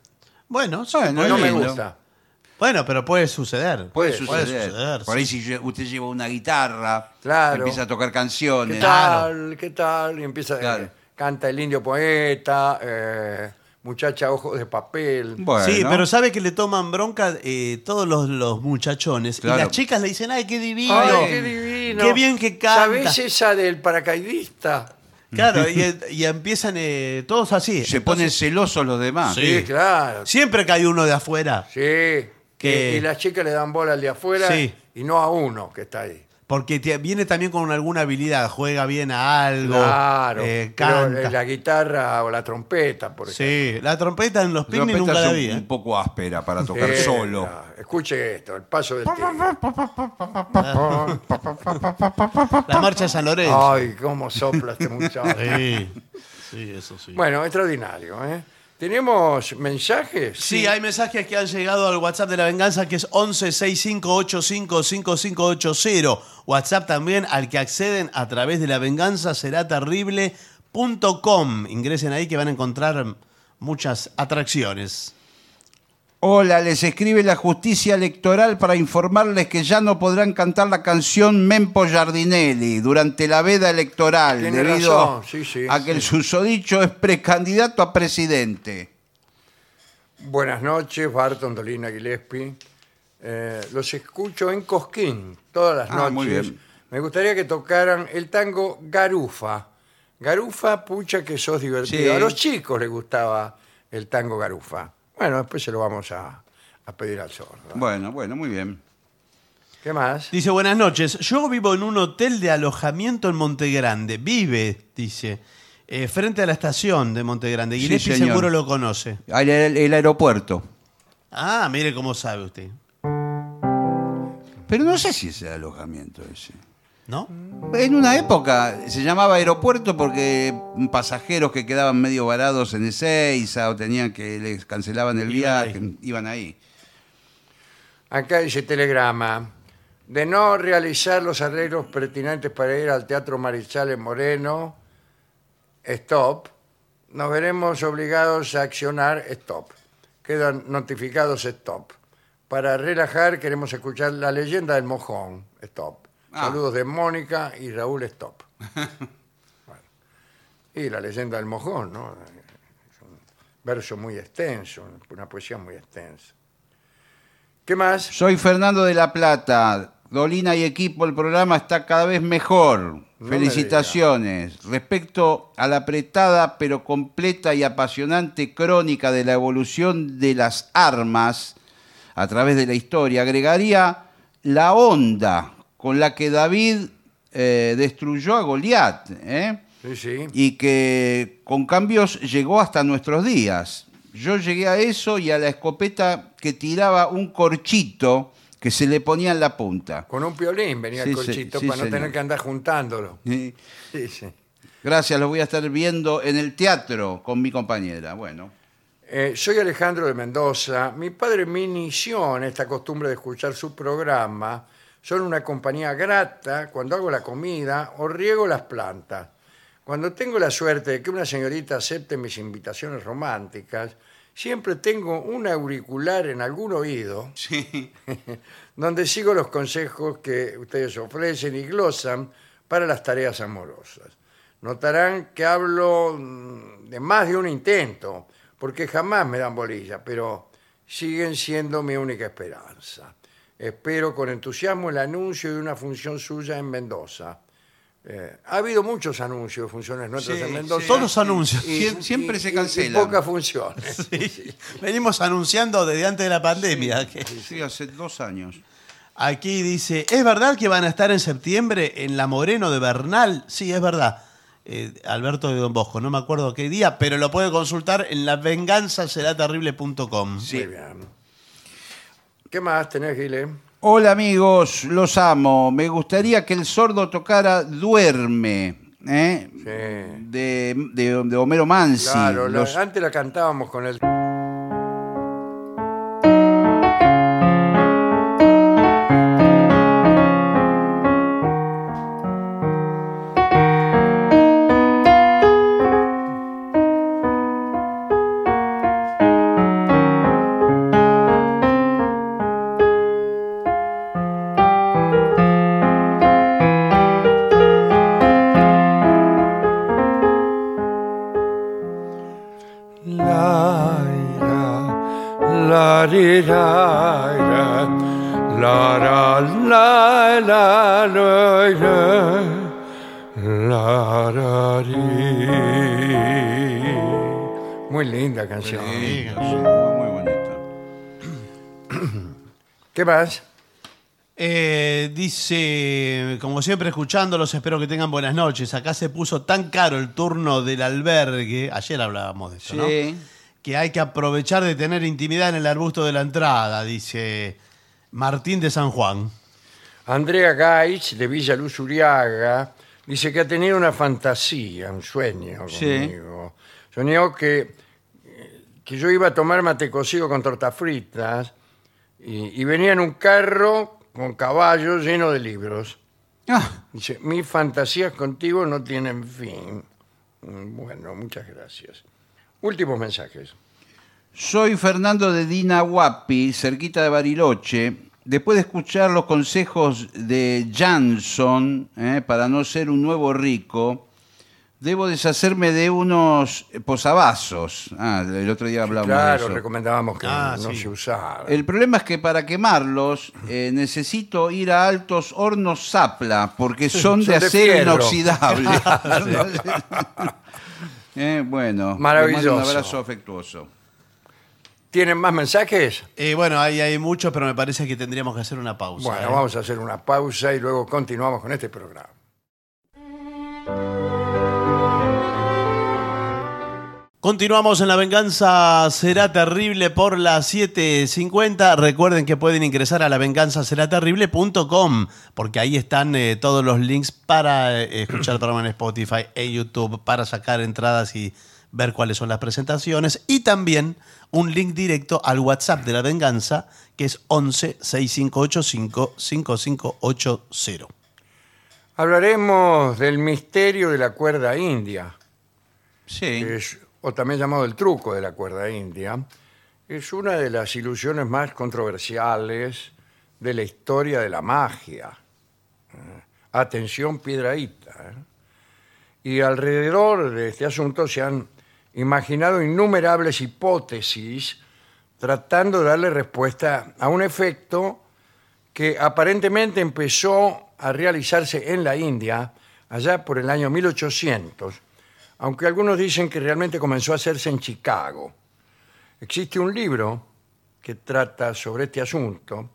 Bueno, sí,
Bueno,
puede-
No me
lindo.
gusta.
bueno, pero puede suceder.
Puede
puede suceder.
suceder,
por ahí si lle- usted lleva una guitarra,
Claro.
empieza a tocar
¿Qué
canciones.
tal? ¿Qué tal? Y empieza, eh,
Claro.
canta el indio poeta, eh, muchacha ojos de papel.
Bueno,
Sí, pero sabe que le toman bronca eh, todos los, los muchachones.
Claro.
Y las chicas le dicen, ay, qué divino.
¡Ay, qué divino!
Qué bien que canta.
¿Sabés esa del paracaidista?
Claro, y, y empiezan eh, todos así.
se ponen celosos los demás.
Sí.
claro.
Siempre cae uno de afuera.
Sí.
Que-
Y, y las chicas le dan bola al de afuera
Sí.
y no a uno que está ahí.
Porque te- viene también con alguna habilidad, juega bien a algo,
Claro.
eh,
Pero,
canta.
eh, la guitarra o la trompeta, por ejemplo.
sí, la trompeta en los
La
picnic nunca la
trompeta
vi.
es un,
¿eh?
un poco áspera para tocar
Eh,
solo.
la- escuche esto, el paso del tigre.
La marcha de San Lorenzo.
Ay, cómo sopla este muchacho.
Sí, sí, eso sí.
Bueno, extraordinario. ¿eh? ¿Tenemos mensajes?
Sí, hay mensajes que han llegado al WhatsApp de la venganza que es 1165855580. WhatsApp también al que acceden a través de la venganza será terrible.com. Ingresen ahí que van a encontrar muchas atracciones.
Hola, les escribe la justicia electoral para informarles que ya no podrán cantar la canción Mempo Giardinelli durante la veda electoral
Tiene
debido
razón, sí, sí,
a que el susodicho es precandidato a presidente.
Buenas noches, Barton Dolina Gillespie. Eh, los escucho en Cosquín todas las
Ah,
noches.
muy bien.
Me gustaría que tocaran el tango Garufa Garufa, pucha, que sos divertido.
Sí.
A los chicos les gustaba el tango Garufa. Bueno, después se lo vamos a, a pedir al sordo.
Bueno, bueno, muy bien.
¿Qué más?
Dice, buenas noches. Yo vivo en un hotel de alojamiento en Montegrande. Vive, dice, eh, frente a la estación de Montegrande.
Sí,
Gillespie
señor.
seguro lo conoce.
Al- El, el aeropuerto.
Ah, mire cómo sabe usted.
Pero no sé si es el alojamiento ese.
¿No?
En una época se llamaba aeropuerto porque pasajeros que quedaban medio varados en Ezeiza o tenían que les cancelaban el
Iban
viaje, iban ahí.
Acá dice telegrama. De no realizar los arreglos pertinentes para ir al Teatro Marichal en Moreno, stop, nos veremos obligados a accionar stop. Quedan notificados stop. Para relajar queremos escuchar la leyenda del mojón, stop.
Ah.
Saludos de Mónica y Raúl, stop. Bueno. Y la leyenda del mojón, ¿no? Es un verso muy extenso, una poesía muy extensa. ¿Qué más?
Soy Fernando de la Plata. Dolina y equipo, el programa está cada vez mejor.
No
Felicitaciones. Respecto a la apretada pero completa y apasionante crónica de la evolución de las armas a través de la historia, agregaría la onda con la que David eh, destruyó a Goliat. ¿eh?
Sí, sí.
y que con cambios llegó hasta nuestros días. Yo llegué a eso y a la escopeta que tiraba un corchito que se le ponía en la punta.
Con un piolín venía
Sí,
el
sí,
colchito
sí,
para no
señor.
tener que andar juntándolo.
Eh,
Sí, sí.
Gracias, los voy a estar viendo en el teatro con mi compañera. Bueno,
Eh, soy Alejandro de Mendoza. Mi padre me inició en esta costumbre de escuchar su programa. Son una compañía grata cuando hago la comida o riego las plantas. Cuando tengo la suerte de que una señorita acepte mis invitaciones románticas, siempre tengo un auricular en algún oído donde sigo los consejos que ustedes ofrecen y glosan para las tareas amorosas. Notarán que hablo mm, de más de un intento, porque jamás me dan bolilla, pero siguen siendo mi única esperanza. Espero con entusiasmo el anuncio de una función suya en Mendoza. Eh, ha habido muchos anuncios de funciones nuestras
Sí,
en Mendoza.
sí.
Todos anuncios.
y-
Siem- siempre
y-
se
y- y
cancelan.
pocas funciones.
Venimos anunciando desde antes de la pandemia. que-
sí, hace dos años.
Aquí dice, ¿es verdad que van a estar en septiembre en La Moreno de Bernal? Sí, es verdad. Eh, Alberto de Don Bosco, no me acuerdo qué día, pero lo puede consultar en lavenganzaseraterrible.com.
Muy bien. ¿Qué más tenés, Gile?
Hola amigos, los amo. Me gustaría que el sordo tocara Duerme ¿eh?
Sí.
de, de- de Homero Mansi.
Claro, la-
Los-
antes la cantábamos con el. La ira, la ira, ira, la ra, la la la ira, la ra, ri. Muy linda canción.
Sí, muy bonito.
¿Qué más?
Eh, dice, como siempre escuchándolos, espero que tengan buenas noches. Acá se puso tan caro el turno del albergue, ayer hablábamos de eso,
Sí.
¿no? Que hay que aprovechar de tener intimidad en el arbusto de la entrada, dice Martín de San Juan.
Andrea Gais, de Villa Luz Uriaga, dice que ha tenido una fantasía, un sueño
Sí.
conmigo. Soñó que, eh, que yo iba a tomar mate cocido con tortas fritas y, y venía en un carro con caballos lleno de libros.
Ah,
Dice, mis fantasías contigo no tienen fin. Mm, Bueno, muchas gracias. Últimos mensajes.
soy Fernando de Dinahuapi, cerquita de Bariloche. Después de escuchar los consejos de Jansson eh, para no ser un nuevo rico, Debo deshacerme de unos posavasos. Ah, el otro día hablamos de
Claro,
eso.
recomendábamos que
Ah,
no
sí.
se usara.
El problema es que para quemarlos eh, necesito ir a altos hornos zapla, porque son,
Son
de,
de
acero
fierro.
inoxidable. Eh, bueno, te
Maravilloso.
mando un abrazo afectuoso.
¿Tienen más mensajes?
Eh, bueno, hay, hay muchos, pero me parece que tendríamos que hacer una pausa.
Bueno,
¿eh?
vamos a hacer una pausa y luego continuamos con este programa.
Continuamos en La Venganza Será Terrible por las 7.50. Recuerden que pueden ingresar a lavenganzaseraterrible.com porque ahí están eh, todos los links para eh, escuchar el programa en Spotify e YouTube, para sacar entradas y ver cuáles son las presentaciones. Y también un link directo al WhatsApp de La Venganza que es 11 6585 5580.
Hablaremos del misterio de la cuerda india,
Sí.
que es- o también llamado el truco de la cuerda india. Es una de las ilusiones más controversiales de la historia de la magia. Eh, Atención, piedradita. ¿eh? Y alrededor de este asunto se han imaginado innumerables hipótesis tratando de darle respuesta a un efecto que aparentemente empezó a realizarse en la India allá por el año 1800, aunque algunos dicen que realmente comenzó a hacerse en Chicago. Existe un libro que trata sobre este asunto,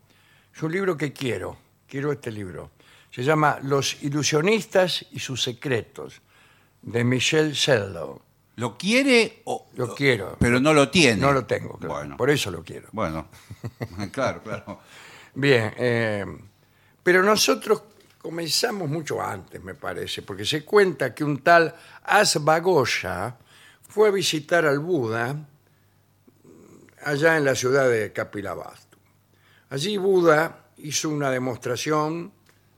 es un libro que quiero, quiero este libro. Se llama Los ilusionistas y sus secretos, de Michel Seldow.
¿Lo quiere o.?
Lo quiero.
Pero no lo tiene.
No lo tengo, claro.
Bueno,
por eso lo quiero.
bueno. claro, claro.
Bien, eh, pero nosotros comenzamos mucho antes, me parece, porque se cuenta que un tal Asvagoya fue a visitar al Buda allá en la ciudad de Kapilavastu. Allí Buda hizo una demostración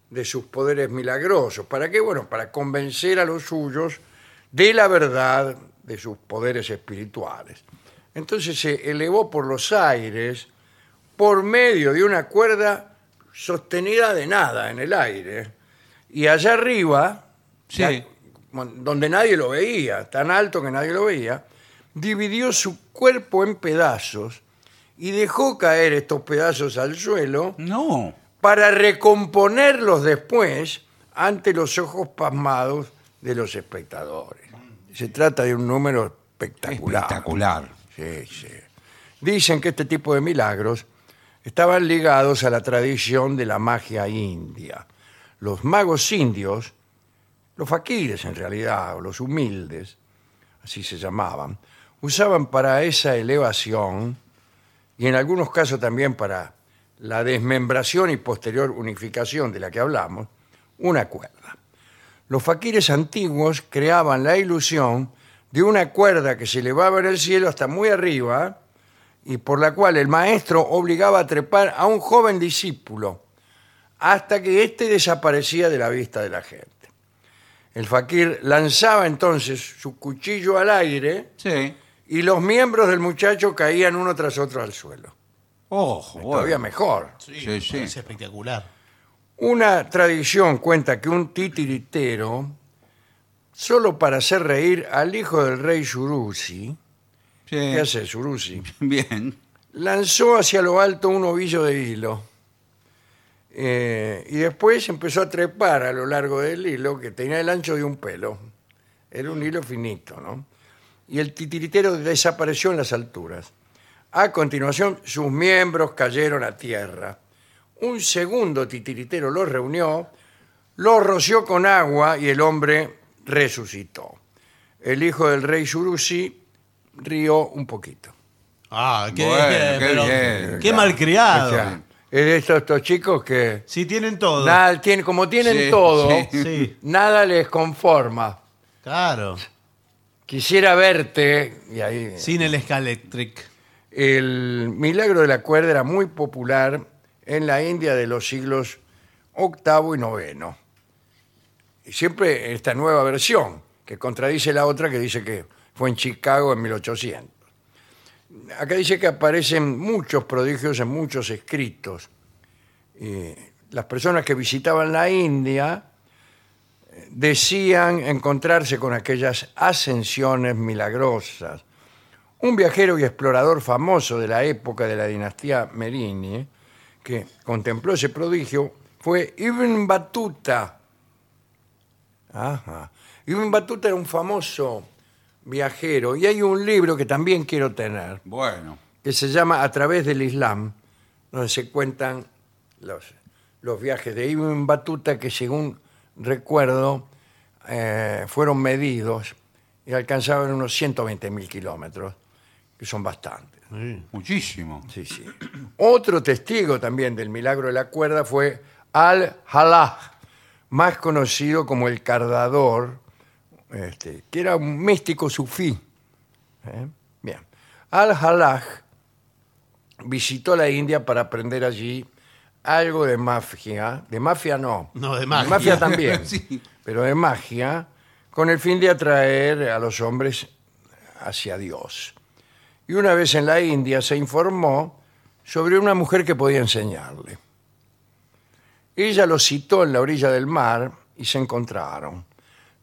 de sus poderes milagrosos. ¿Para qué? Bueno, para convencer a los suyos de la verdad de sus poderes espirituales. Entonces se elevó por los aires por medio de una cuerda sostenida de nada en el aire. Y allá arriba,
Sí.
ya- donde nadie lo veía, tan alto que nadie lo veía, dividió su cuerpo en pedazos y dejó caer estos pedazos al suelo
No.
para recomponerlos después ante los ojos pasmados de los espectadores. Se trata de un número espectacular.
Espectacular.
Sí, sí. Dicen que este tipo de milagros estaban ligados a la tradición de la magia india. Los magos indios, los faquires en realidad, o los humildes, así se llamaban, usaban para esa elevación y en algunos casos también para la desmembración y posterior unificación de la que hablamos, una cuerda. Los faquires antiguos creaban la ilusión de una cuerda que se elevaba en el cielo hasta muy arriba y por la cual el maestro obligaba a trepar a un joven discípulo hasta que éste desaparecía de la vista de la gente. El faquir lanzaba entonces su cuchillo al aire
Sí.
y los miembros del muchacho caían uno tras otro al suelo.
Ojo,
Todavía
bueno.
mejor.
Sí,
me
sí.
parece espectacular.
Una tradición cuenta que un titiritero, solo para hacer reír al hijo del rey Surusi, ¿qué
Sí.
hace Surusi?
Bien.
Lanzó hacia lo alto un ovillo de hilo. Eh, y después empezó a trepar a lo largo del hilo que tenía el ancho de un pelo. Era un hilo finito, ¿no? Y el titiritero desapareció en las alturas. A continuación, sus miembros cayeron a tierra. Un segundo titiritero los reunió, los roció con agua y el hombre resucitó. El hijo del rey Surusi rió un poquito.
Ah, qué,
Bueno, qué
pero-
bien,
qué
claro.
malcriado.
O sea, es de estos, estos chicos que
Si tienen todo.
nada, tienen, como tienen
Sí,
todo,
sí.
Sí,
nada les conforma.
claro.
Quisiera verte, y ahí
Sin el Scalectric.
El milagro de la cuerda era muy popular en la India de los siglos octavo y noveno. Y siempre esta nueva versión, que contradice la otra que dice que fue en Chicago en 1800. Acá dice que aparecen muchos prodigios en muchos escritos. Y las personas que visitaban la India eh, decían encontrarse con aquellas ascensiones milagrosas. Un viajero y explorador famoso de la época de la dinastía Merini, que contempló ese prodigio, fue Ibn Battuta. Ajá. Ibn Battuta era un famoso viajero y hay un libro que también quiero tener,
Bueno.
que se llama A través del Islam, donde se cuentan los, los viajes de Ibn Battuta que según recuerdo eh, fueron medidos y alcanzaban unos 120.000 kilómetros, que son bastantes.
Muchísimo.
Sí, sí. Otro testigo también del milagro de la cuerda fue Al-Halaj, más conocido como el cardador, este, que era un místico sufí. ¿Eh? Bien. Al-Halaj visitó la India para aprender allí algo de mafia. De mafia no.
No, de magia.
también.
Sí.
Pero de magia, con el fin de atraer a los hombres hacia Dios y una vez en la India se informó sobre una mujer que podía enseñarle. Ella lo citó en la orilla del mar y se encontraron.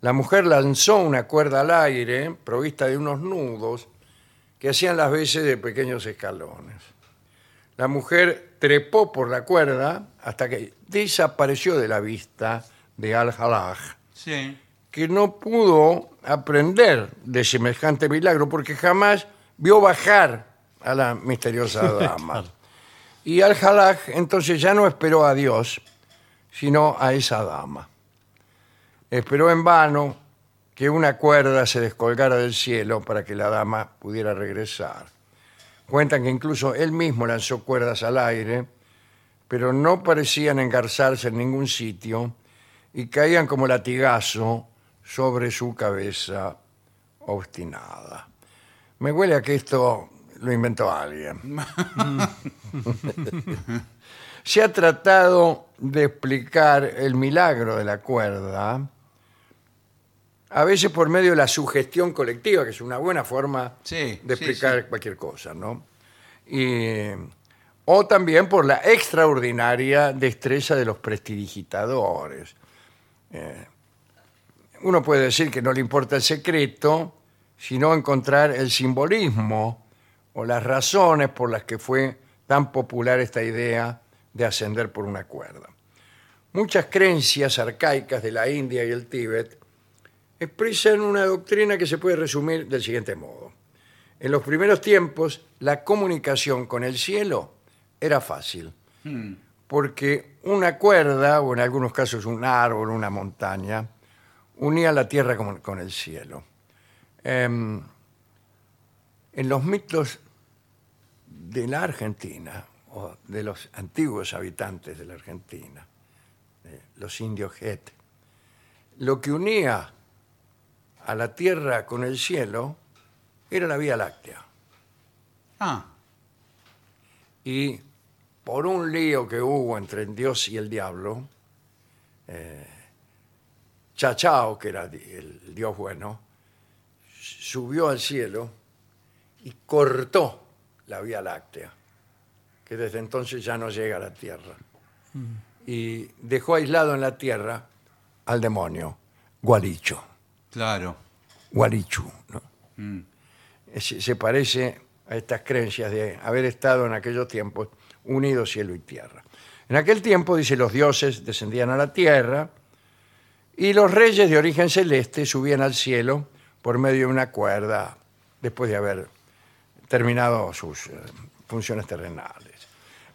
La mujer lanzó una cuerda al aire provista de unos nudos que hacían las veces de pequeños escalones. La mujer trepó por la cuerda hasta que desapareció de la vista de Al-Halaj
Sí.
que no pudo aprender de semejante milagro porque jamás vio bajar a la misteriosa dama. Y Al-Halaj entonces ya no esperó a Dios, sino a esa dama. Esperó en vano que una cuerda se descolgara del cielo para que la dama pudiera regresar. Cuentan que incluso él mismo lanzó cuerdas al aire, pero no parecían engarzarse en ningún sitio y caían como latigazo sobre su cabeza obstinada. Me huele a que esto lo inventó alguien. Se ha tratado de explicar el milagro de la cuerda, a veces por medio de la sugestión colectiva, que es una buena forma
Sí,
de
sí,
explicar cualquier cosa, ¿no? Y, o también por la extraordinaria destreza de los prestidigitadores uno puede decir que no le importa el secreto, sino encontrar el simbolismo o las razones por las que fue tan popular esta idea de ascender por una cuerda. Muchas creencias arcaicas de la India y el Tíbet expresan una doctrina que se puede resumir del siguiente modo. En los primeros tiempos, la comunicación con el cielo era fácil porque una cuerda, o en algunos casos un árbol, una montaña, unía la tierra con, con el cielo. Em, en los mitos de la Argentina, o de los antiguos habitantes de la Argentina, eh, los indios Het, lo que unía a la tierra con el cielo era la Vía Láctea.
Ah,
y por un lío que hubo entre Dios y el diablo, eh, Chachao, que era di- el dios bueno, subió al cielo y cortó la Vía Láctea, que desde entonces ya no llega a la Tierra, y dejó aislado en la Tierra al demonio, Gualicho.
claro.
Gualichu. ¿no? Eh, Se, se parece a estas creencias de haber estado en aquellos tiempos unidos cielo y tierra. En aquel tiempo, dice, los dioses descendían a la tierra y los reyes de origen celeste subían al cielo por medio de una cuerda después de haber terminado sus eh, funciones terrenales.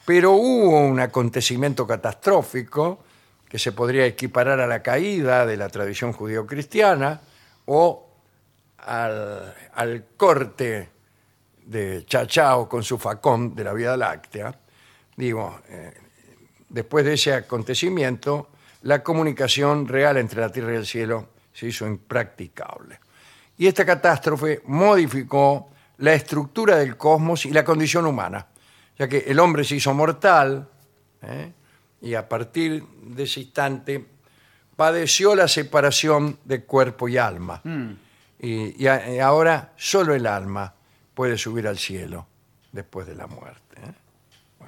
Pero hubo un acontecimiento catastrófico que se podría equiparar a la caída de la tradición judío-cristiana o al, al corte de Chachao con su facón de la Vía Láctea. Digo, eh, después de ese acontecimiento, la comunicación real entre la Tierra y el cielo se hizo impracticable. Y esta catástrofe modificó la estructura del cosmos y la condición humana, ya que el hombre se hizo mortal ¿eh? y a partir de ese instante padeció la separación de cuerpo y alma. Y, y a- y ahora solo el alma puede subir al cielo después de la muerte. ¿eh?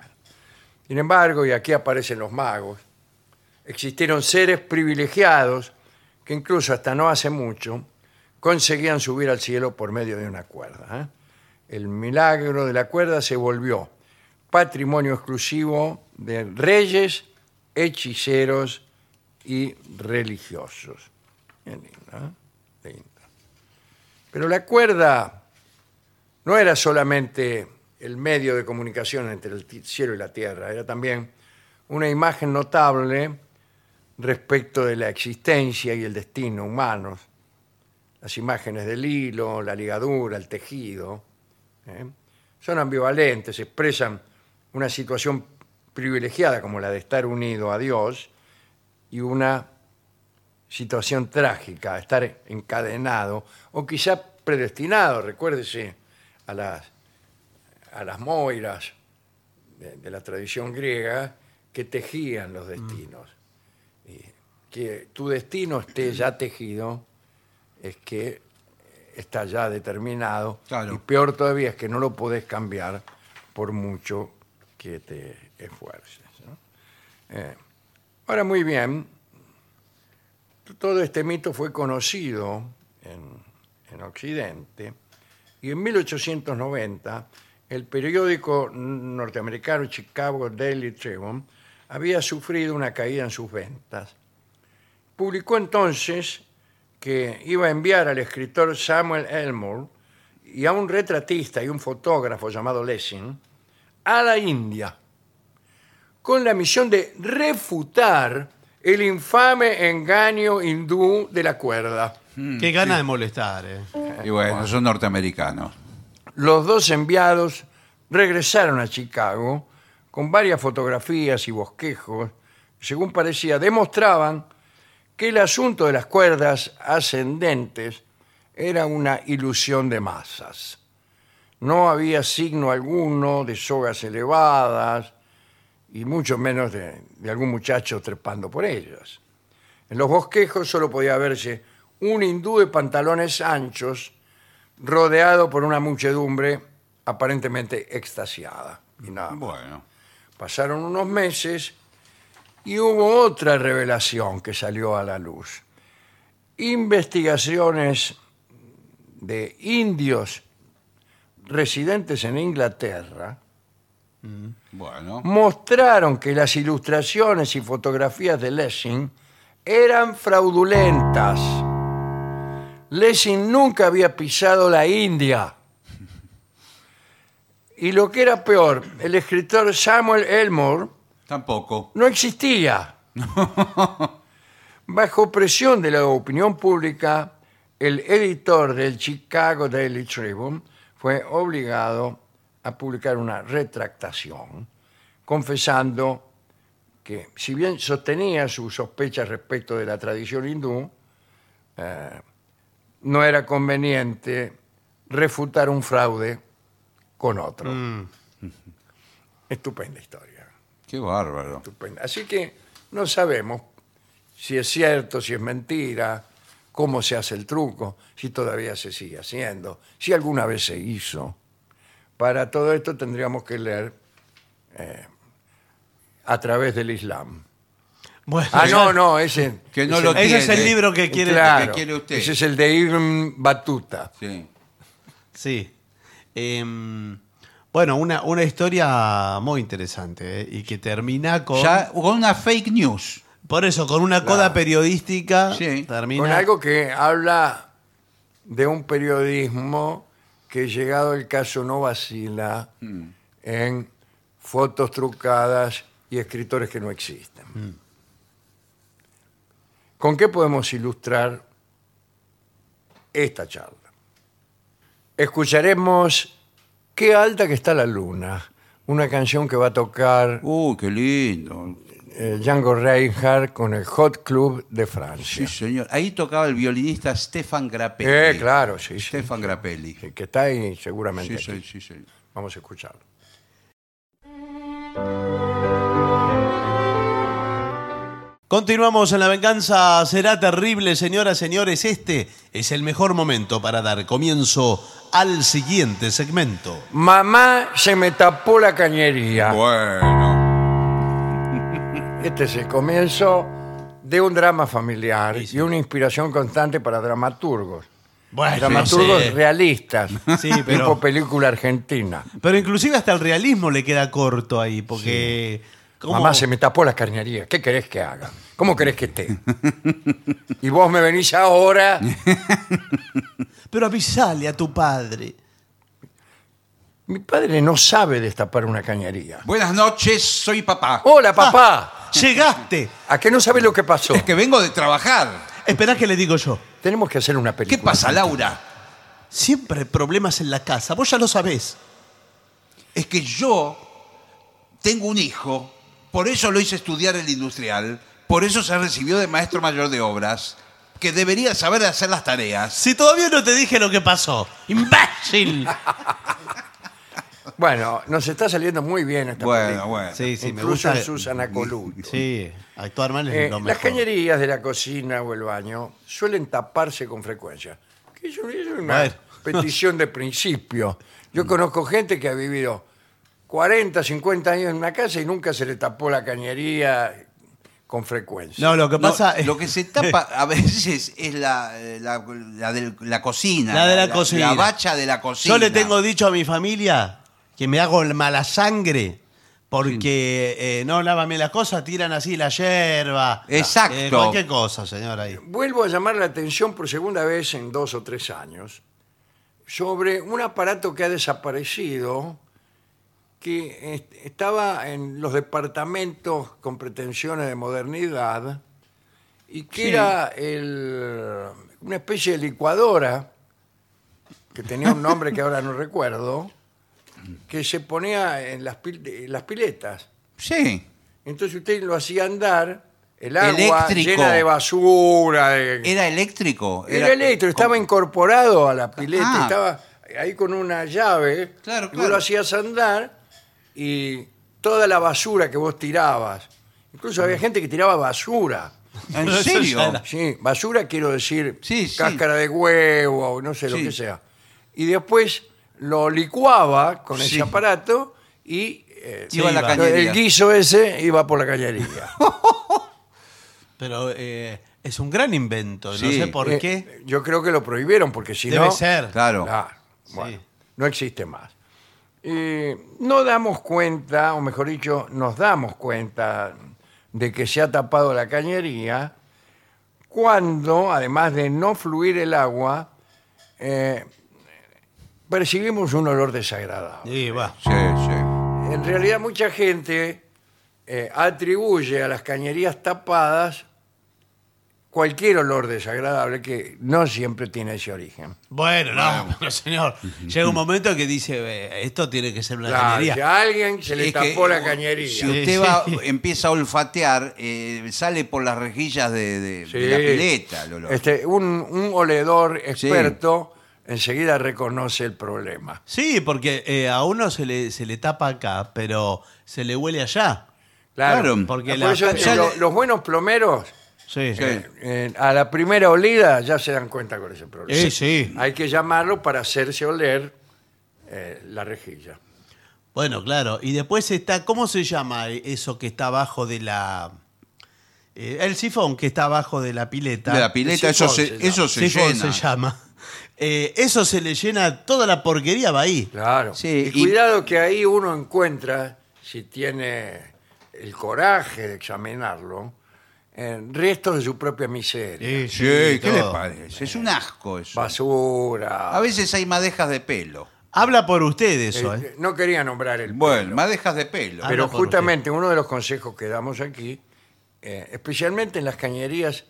Sin embargo, y aquí aparecen los magos, existieron seres privilegiados que incluso hasta no hace mucho conseguían subir al cielo por medio de una cuerda. ¿eh? El milagro de la cuerda se volvió patrimonio exclusivo de reyes, hechiceros y religiosos. Qué lindo, ¿eh? Lindo. Pero la cuerda no era solamente el medio de comunicación entre el ti- cielo y la tierra, era también una imagen notable respecto de la existencia y el destino humanos. Las imágenes del hilo, la ligadura, el tejido, ¿eh? son ambivalentes, expresan una situación privilegiada como la de estar unido a Dios y una situación trágica, estar encadenado o quizá predestinado, recuérdese a las, a las moiras de, de la tradición griega que tejían los destinos. Y que tu destino esté ya tejido es que eh, está ya determinado
Claro.
y peor todavía es que no lo podés cambiar por mucho que te esfuerces. ¿no? Eh, ahora, muy bien, todo este mito fue conocido en, en Occidente y en 1890 el periódico norteamericano Chicago Daily Tribune había sufrido una caída en sus ventas. Publicó entonces que iba a enviar al escritor Samuel Elmore y a un retratista y un fotógrafo llamado Lessing a la India con la misión de refutar el infame engaño hindú de la cuerda.
Qué ganas de molestar, eh.
Y bueno, son norteamericanos.
Los dos enviados regresaron a Chicago con varias fotografías y bosquejos que, según parecía, demostraban que el asunto de las cuerdas ascendentes era una ilusión de masas. No había signo alguno de sogas elevadas y mucho menos de, de algún muchacho trepando por ellas. En los bosquejos solo podía verse un hindú de pantalones anchos rodeado por una muchedumbre aparentemente extasiada. Y nada más.
Bueno.
Pasaron unos meses y hubo otra revelación que salió a la luz. Investigaciones de indios residentes en Inglaterra
Bueno.
mostraron que las ilustraciones y fotografías de Lessing eran fraudulentas. Lessing nunca había pisado la India. Y lo que era peor, el escritor Samuel Elmore
Tampoco.
no existía. Bajo presión de la opinión pública, el editor del Chicago Daily Tribune fue obligado a publicar una retractación, confesando que si bien sostenía sus sospechas respecto de la tradición hindú, eh, no era conveniente refutar un fraude con otro. Estupenda historia.
Qué bárbaro.
Estupendo. Así que no sabemos si es cierto, si es mentira, cómo se hace el truco, si todavía se sigue haciendo, si alguna vez se hizo. Para todo esto tendríamos que leer eh, a través del Islam.
Bueno,
Ah, no, no, ese,
Que no
ese-
lo
Ese es
tiene.
el libro que quiere.
claro,
que quiere usted.
Ese es el de Ibn Batuta.
Sí.
Sí. Em, bueno, una, una historia muy interesante eh, y que termina con.
Ya con una fake news.
Por eso, con una coda periodística.
Sí.
Termina.
Con algo que habla de un periodismo que llegado el caso no vacila
Mm.
en fotos trucadas y escritores que no existen.
Mm.
¿Con qué podemos ilustrar esta charla? Escucharemos Qué alta que está la luna, una canción que va a tocar
Uh, qué lindo.
eh, Django Reinhardt con el Hot Club de Francia.
Sí, señor. Ahí tocaba el violinista Stefan Grappelli.
Eh, claro, sí, sí.
Stefan Grappelli.
Sí, que está ahí seguramente.
Sí,
aquí.
sí, sí, sí.
Vamos a escucharlo.
Continuamos en la venganza. Será terrible, señoras, señores. Este es el mejor momento para dar comienzo al siguiente segmento.
Mamá se me tapó la
Ah.
cañería.
Bueno.
Este es el comienzo de un drama familiar
Sí, sí.
y una inspiración constante para dramaturgos.
Bueno,
dramaturgos
sí.
realistas,
Sí, pero-
tipo película argentina.
Pero inclusive hasta el realismo le queda corto ahí, porque... ¿cómo?
Mamá se me tapó la carnería. ¿Qué querés que haga? ¿Cómo querés que esté? y vos me venís ahora.
Pero avisale a tu padre.
Mi padre no sabe destapar una cañería.
Buenas noches, soy papá.
Oh.
Hola,
Ah.
papá.
Llegaste.
¿A qué no sabes lo que pasó?
Es que vengo de trabajar.
Esperá que le digo yo.
Tenemos que hacer una
¿Qué
película.
pasa, Laura?
Siempre hay problemas en la casa. Vos ya lo sabés.
Es que yo tengo un hijo, por eso lo hice estudiar el industrial, por eso se recibió de maestro mayor de obras, que debería saber hacer las tareas.
Si todavía no te dije lo que pasó. ¡Imbécil!
Bueno, nos está saliendo muy bien esta
Bueno,
película.
bueno.
Sí, sí, me
Incluso
gusta.
Susana Coluto.
Sí, actuar mal es
Eh,
lo mejor.
las cañerías de la cocina o el baño suelen taparse con frecuencia. Que eso es
A
una
ver.
petición de principio.
Mm.
Yo conozco gente que ha vivido 40, 50 años en una casa y nunca se le tapó la cañería con frecuencia.
No, lo que
No,
pasa es...
lo que se tapa a veces es la, eh, la, la del- la cocina.
La de la cocina.
La bacha de la cocina.
Yo le tengo dicho a mi familia que me hago el mala sangre porque eh, no lávame las cosas, tiran así la hierba.
Exacto.
Eh, cualquier cosa, señor, ahí.
Vuelvo a llamar la atención por segunda vez en dos o tres años sobre un aparato que ha desaparecido que est- estaba en los departamentos con pretensiones de modernidad y que era el- una especie de licuadora que tenía un nombre que ahora no recuerdo que se ponía en las, pil- en las piletas.
Sí.
Entonces usted lo hacía andar, el agua
Eléctrico.
llena de basura, de-
Era eléctrico.
era eléctrico, estaba incorporado a la pileta,
Ah.
estaba ahí con una llave,
Claro,
y vos
claro.
lo hacías andar y toda la basura que vos tirabas, incluso había gente que tiraba basura,
¿En
Eso ya
serio?
era.
sí, basura quiero decir
Sí, sí.
cáscara de huevo, no sé lo
Sí.
que sea, y después lo licuaba con
Sí.
ese aparato y eh,
Iba a la
iba.
cañería.
el guiso ese iba por la cañería.
Pero eh, es un gran invento,
Sí.
no sé por
Eh,
qué.
Yo creo que lo prohibieron porque si
Debe
no.
ser.
Claro.
Claro, bueno, no existe más. Eh, no damos cuenta, o mejor dicho, nos damos cuenta de que se ha tapado la cañería cuando, además de no fluir el agua, eh, percibimos un olor desagradable.
Y va.
Sí, sí.
En realidad mucha gente eh, atribuye a las cañerías tapadas cualquier olor desagradable que no siempre tiene ese origen.
Bueno, no, pero señor, llega un momento que dice, eh, esto tiene que ser una
Claro, si
cañería.
a alguien se le
Es que, eh,
tapó la cañería.
Si
Sí,
usted va,
sí.
empieza a olfatear, eh, sale por las rejillas de, de-
Sí.
de la pileta el olor.
Este, un, un oledor experto enseguida reconoce el problema.
Sí, porque eh, a uno se le, se le tapa acá, pero se le huele allá.
Claro,
Claro,
porque
Por
la-
eso,
ya
lo-
le-
los buenos plomeros
Sí.
Sí.
eh, a la primera olida ya se dan cuenta con ese problema.
Eh, sí.
Hay que llamarlo para hacerse oler eh, la rejilla.
Bueno, claro. Y después está, ¿cómo se llama eso que está abajo de la... eh, el sifón que está abajo de la pileta.
De la pileta,
Sí,
eso
sí,
se,
sí,
eso se
Sifón
llena.
se llama. Eh, eso se le llena, toda la porquería va ahí.
Claro.
Sí,
y
y-
cuidado que ahí uno encuentra, si tiene el coraje de examinarlo, eh, restos de su propia miseria.
Sí, ¿qué le
todo.
parece? Es un asco eso.
Basura.
Ah,
A veces hay madejas de pelo.
Habla por usted
Eh,
eso, ¿eh?
No quería nombrar el...
Bueno, madejas de pelo.
Ah,
pero
habla por usted.
justamente uno de los consejos que damos aquí, eh, especialmente en las cañerías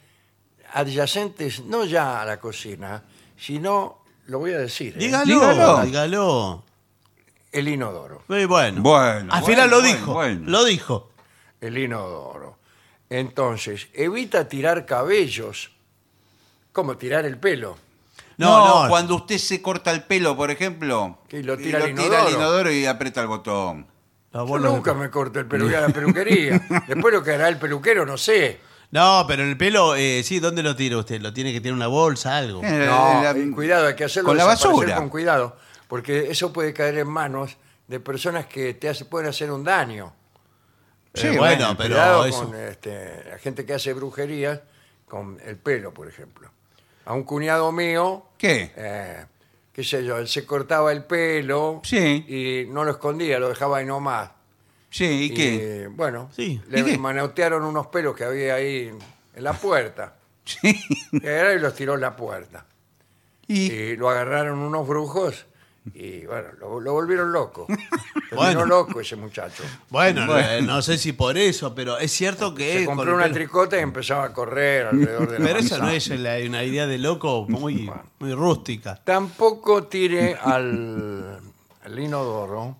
adyacentes, no ya a la cocina, sino, lo voy a decir, ¿eh?
Dígalo, dígalo.
Dígalo.
el inodoro.
Muy Eh, bueno.
Bueno,
Al
bueno,
final lo
bueno,
dijo.
bueno.
Lo dijo.
el inodoro. Entonces, evita tirar cabellos, como tirar el pelo.
No, no,
no.
cuando usted se corta el pelo, por ejemplo,
Y lo tira al
al
inodoro.
inodoro y aprieta el botón.
No,
Yo
vos lo-
nunca me corto el pelo, voy a la peluquería. Después lo que hará el peluquero, no sé.
No, pero el pelo, eh, sí, ¿dónde lo tira usted? ¿Lo tiene que tirar en una bolsa, algo?
Eh,
No,
la-
y cuidado, hay que hacerlo
con la
desaparecer
basura.
Con cuidado, porque eso puede caer en manos de personas que te hace- pueden hacer un daño.
Sí,
bueno,
bueno,
pero
Cuidado
eso-
con este, la gente que hace brujerías con el pelo, por ejemplo. A un cuñado mío,
¿Qué?
eh, qué sé yo, él se cortaba el pelo
Sí.
y no lo escondía, lo dejaba ahí nomás.
Sí, ¿y qué?
Y, bueno,
Sí.
le
¿Y qué?
manotearon unos pelos que había ahí en la puerta. eh,
Sí.
Era y los tiró en la puerta.
Y,
Y lo agarraron unos brujos y bueno, lo, lo volvieron loco. Terminó
Bueno.
loco ese muchacho.
Bueno,
Bueno.
eh, no sé si por eso, pero es cierto que.
Se
con
compró
el
una
pelo-
tricota y empezaba a correr alrededor de la
Pero esa
manzana.
no es la- una idea de loco muy, muy rústica.
Tampoco tire al, al inodoro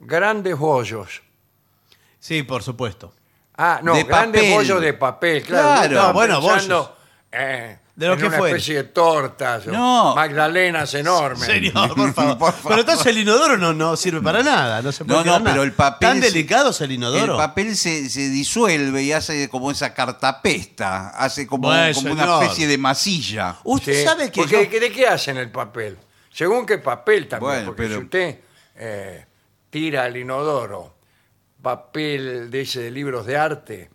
grandes bollos.
Sí, por supuesto.
Ah, no,
De
grandes
papel.
bollos de papel, claro.
Claro,
Yo estaba
bueno,
pensando,
bollos.
eh,
De lo
en
que
una
fuera.
especie de tortas, o
No.
magdalenas enormes.
Señor, por favor. Pero entonces el inodoro no, no sirve para nada. No, se puede
No, no,
tirar nada.
pero el papel
Tan
se-
delicado es el
el
inodoro.
papel se, se disuelve y hace como esa cartapesta, hace como,
Bueno,
como
señor.
una especie de masilla.
Usted
Sí,
sabe que.
porque
yo-
¿De qué hacen el papel? Según qué papel también,
Bueno,
porque
pero-
si usted eh, tira al inodoro papel de ese de libros de arte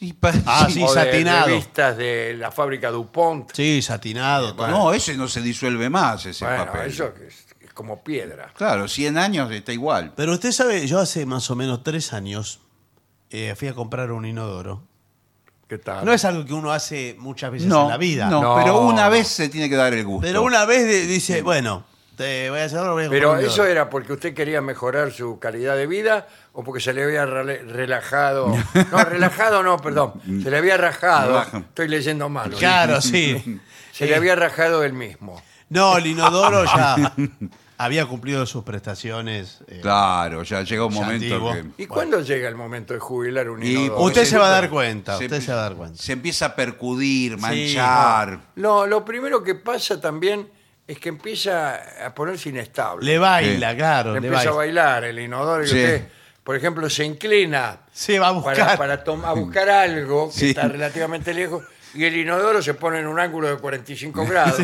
Y pa-
Ah, sí.
o de
satinado.
revistas de la fábrica DuPont,
Sí, satinado. todo.
No, ese no se disuelve más, ese
bueno,
papel.
eso que es, es como piedra.
Claro, 100 años está igual.
Pero usted sabe, yo hace más o menos tres años eh, fui a comprar un inodoro.
¿Qué tal?
No es algo que uno hace muchas veces
Ah. No,
en la vida.
no,
No.
pero una vez se tiene que dar el gusto.
Pero una vez de- dice, bueno, te voy a hacer ahora, voy a comprar
Pero
un
eso
inodoro.
era porque usted quería mejorar su calidad de vida o porque se le había rele- relajado. No, relajado no, perdón. Se le había rajado.
Relaja.
Estoy leyendo mal. hoy.
Claro, sí.
Se le había rajado el mismo.
No, el inodoro ya había cumplido sus prestaciones. eh,
Claro, ya llega un
Ya
momento
antiguo.
que
¿Y cuándo llega el momento de jubilar un
Y
inodoro?
Usted
porque
se va a
se-
dar cuenta, usted se va a dar cuenta.
se empieza a percudir, manchar.
No, lo primero que pasa también es que empieza a ponerse inestable.
Le baila, claro,
Le
le
empieza a
baila.
bailar el inodoro y
Sí.
usted, por ejemplo, se inclina
Sí, va a
para,
buscar.
para tom- a buscar algo que
Sí.
está relativamente lejos y el inodoro se pone en un ángulo de 45 grados,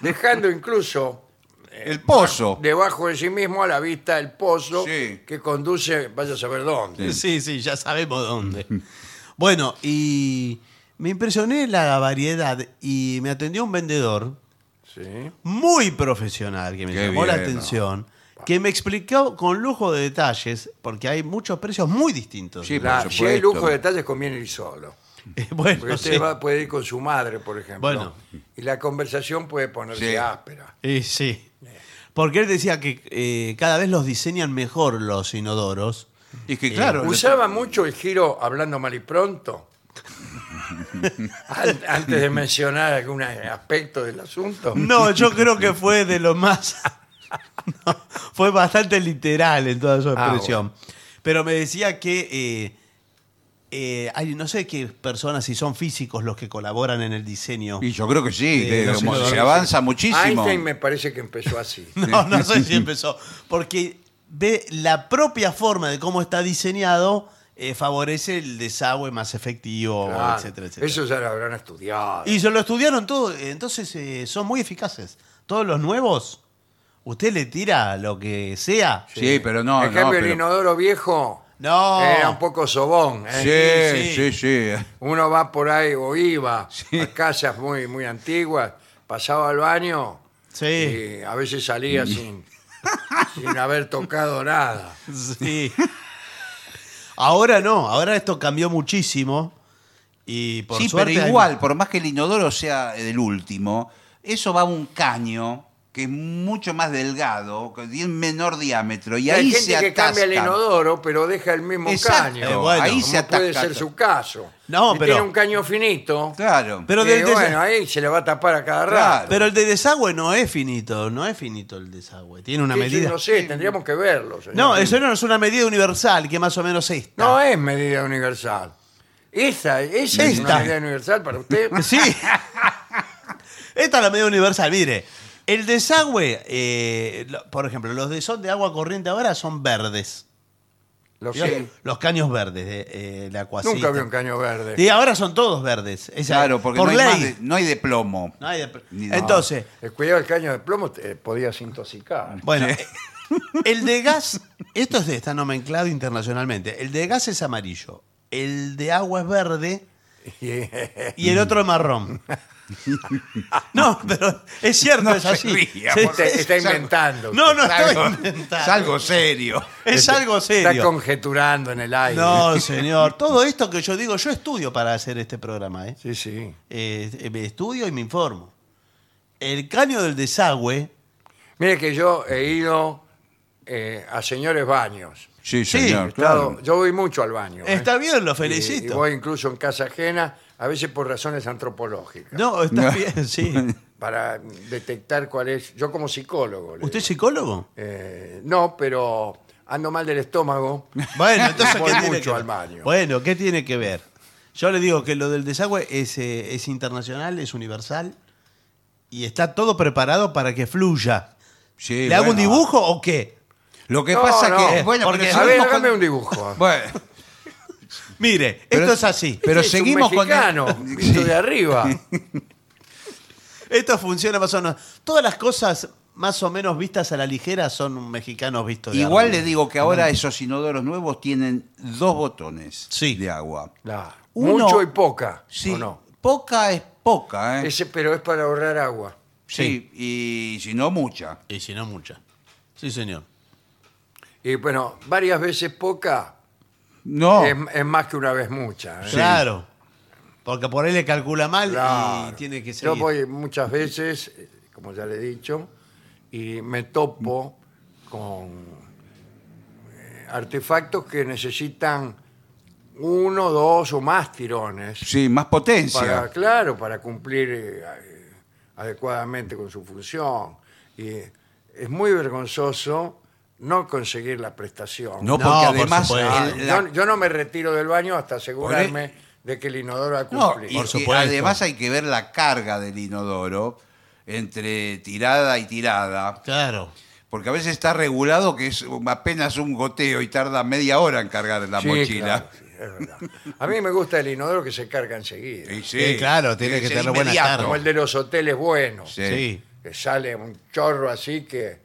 dejando incluso
eh,
El pozo.
debajo de sí mismo a la vista el pozo
Sí.
que conduce, vaya a saber dónde.
Sí, sí, ya sabemos dónde. Bueno, y me impresioné la variedad y me atendió un vendedor
Sí.
muy profesional que me
Qué
llamó la
bien, ¿no?
atención, que me explicó con lujo de detalles, porque hay muchos precios muy distintos.
Sí,
La-
por
si hay lujo de
supuesto.
detalles, conviene ir solo.
bueno,
Porque usted
sí.
va- puede ir con su madre, por ejemplo.
Bueno.
Y la conversación puede ponerse
Sí.
áspera.
Y sí. Porque él decía que eh, cada vez los diseñan mejor los inodoros.
Y que claro, le-
Usaba mucho el giro hablando mal y pronto. An- Antes de mencionar algún aspecto del asunto.
No, yo creo que fue de lo más. No, fue bastante literal en toda su expresión. Pero me decía que. eh, eh, hay, no sé qué personas, si son físicos los que colaboran en el diseño.
y yo creo que sí,
Sí,
que
no sé,
como
no
se
sé.
avanza muchísimo.
Einstein me parece que empezó así.
No, no sé si empezó. Porque ve la propia forma de cómo está diseñado eh, favorece el desagüe más efectivo,
Claro,
etcétera, etcétera.
Eso ya lo habrán estudiado.
Y se lo estudiaron todo, entonces eh, son muy eficaces. Todos los nuevos, usted le tira lo que sea.
Sí, pero no,
En cambio,
no,
el
pero-
inodoro viejo
No.
era un poco sobón. ¿eh?
Sí,
Sí,
sí, sí.
Uno va por ahí o iba a casas muy, muy antiguas, pasaba al baño
Sí.
y a veces salía
Mm.
sin, sin haber tocado nada.
Sí. Ahora no, ahora esto cambió muchísimo. Y por
Sí,
suerte
pero
hay-
igual, por más que el inodoro sea el último, eso va a un caño que es mucho más delgado, que tiene menor diámetro, y
Y hay
ahí
gente
se
que cambia el
atasca.
inodoro, pero deja el mismo
Exacto,
caño.
Eh, bueno,
ahí
Como
se atasca.
puede ser su caso.
No,
Si
pero-
Tiene un caño finito.
Claro.
Pero
eh,
del desa-
bueno, ahí se le va a tapar a cada
Claro.
rato.
Pero el de desagüe no es finito, no es finito el desagüe. Tiene una
Sí, sí,
medida.
No sé, tendríamos que verlo. señor.
No, eso no es una medida universal, que más o menos esta.
No eh. es medida universal. Esa, esa es una
Esta.
medida universal para usted.
Sí.
Ah,
Esta es la medida universal. Mire, el desagüe, eh, lo- por ejemplo, los de son de agua corriente ahora son verdes.
Lo
Los,
sé.
los caños verdes de eh, la acuacita.
Nunca vi un caño verde.
Y ahora son todos verdes. Esa-
Claro, porque no,
por
hay
ley.
más de, no hay de plomo.
No hay de-
Ni- no.
Entonces,
eh, El cuidado del caño de plomo te podías intoxicar.
bueno, eh, el de gas Estos de- están nomenclados internacionalmente. El de gas es amarillo, el de agua es verde y el otro es marrón. No, pero es cierto, es así.
ría,
Sí,
por-
sí,
Está,
sí.
está inventando.
No, no estoy
Algo- es
inventando.
algo serio.
Es algo
este, Está
serio.
conjeturando en el aire.
No, señor. Todo esto que yo digo, yo estudio para hacer este programa. ¿eh?
Sí, sí.
Eh, eh, me estudio y me informo. El caño del desagüe,
Mire que yo he ido eh, a señores baños.
Sí,
Sí,
señor,
He
claro.
estado- yo voy mucho al baño. ¿eh?
está bien, lo
Y-
felicito.
Y, voy incluso en casa ajena, a veces por razones antropológicas.
No, está bien, sí.
Para detectar cuál es. Yo, como psicólogo. le
¿Usted es
digo.
psicólogo?
Eh, no, pero ando mal del estómago.
Bueno, entonces
Voy
¿qué tiene
mucho
que
al baño.
Bueno, ¿qué tiene que ver? Yo le digo que lo del desagüe es, eh, es internacional, es universal y está todo preparado para que fluya.
Sí,
¿Le hago un
bueno.
dibujo o qué?
Lo que
No,
pasa
no,
que. Bueno,
porque-
pero
a ver,
seguimos con-
hágame un dibujo.
Bueno,
Mire,
Pero-
esto es así.
pero
Este es un
seguimos con el-
mexicano, visto de arriba.
Esto funciona más o menos. Todas las cosas más o menos vistas a la ligera son mexicanos vistos de
igual
arriba.
le digo que ahora esos inodoros nuevos tienen dos botones
Sí.
de agua.
La-
Uno-
mucho y poca.
Sí,
¿o no?
poca es poca, ¿eh?
Ese, pero es para ahorrar agua.
Sí, y si no, mucha.
Y si no, mucha. Sí, señor.
Y bueno, varias veces poca
No.
es, es más que una vez mucha. ¿eh?
Claro. Porque por ahí le calcula mal
Claro.
y tiene que ser.
Yo voy muchas veces, eh, como ya le he dicho, y me topo con eh, artefactos que necesitan uno, dos o más tirones.
Sí, más potencia.
para, claro, para cumplir eh, eh, adecuadamente con su función. Y es muy vergonzoso no conseguir la prestación.
No,
No,
porque
por
además.
supuesto.
el- la-
Ah,
e-?
yo, yo no me retiro del baño hasta asegurarme de que el inodoro ha
No,
cumplido.
y
Por
que
supuesto.
además hay que ver la carga del inodoro entre tirada y tirada,
Claro.
porque a veces está regulado que es apenas un goteo y tarda media hora en cargar la
Sí,
mochila.
claro, sí, es verdad. A mí me gusta el inodoro que se carga enseguida.
Y
Sí, Eh, claro, tiene que
ser
tener buena
inmediato.
carga.
Como el de los hoteles buenos,
Sí.
sí.
que sale un chorro así que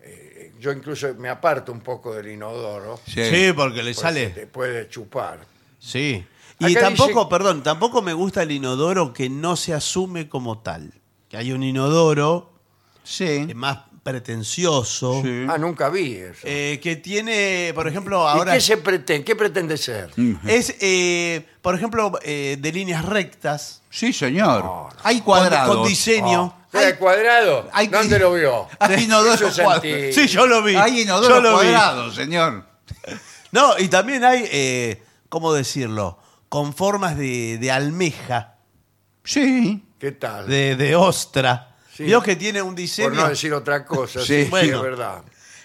eh, yo incluso me aparto un poco del inodoro.
Sí.
Sí, porque le
porque
sale.
Te puede chupar.
Sí.
Acá
Y
dice-
tampoco, perdón, tampoco me gusta el inodoro que no se asume como tal. Que hay un inodoro
Sí.
eh, más pretencioso.
Sí.
Ah, nunca vi eso.
eh, que tiene, por ejemplo,
¿Y
ahora.
qué se pretende? ¿Qué pretende ser?
Es, eh, por ejemplo, eh, de líneas rectas.
Sí, señor.
Ah, No, no.
Hay
con-
cuadrados. Ah.
Con, diseño.
¿El cuadrado?
hay-
¿Dónde lo vio?
Hay inodoros
Eso es
cuadrados.
antiguo.
Sí, yo lo vi.
Hay
yo
inodoros
lo vi.
cuadrados, señor.
No, y también hay, eh, ¿cómo decirlo? Con formas de, de almeja,
Sí.
¿Qué tal?
de, de ostra.
Sí.
Dios que tiene un diseño.
Por no decir otra cosa.
Sí.
sí,
Bueno.
es verdad.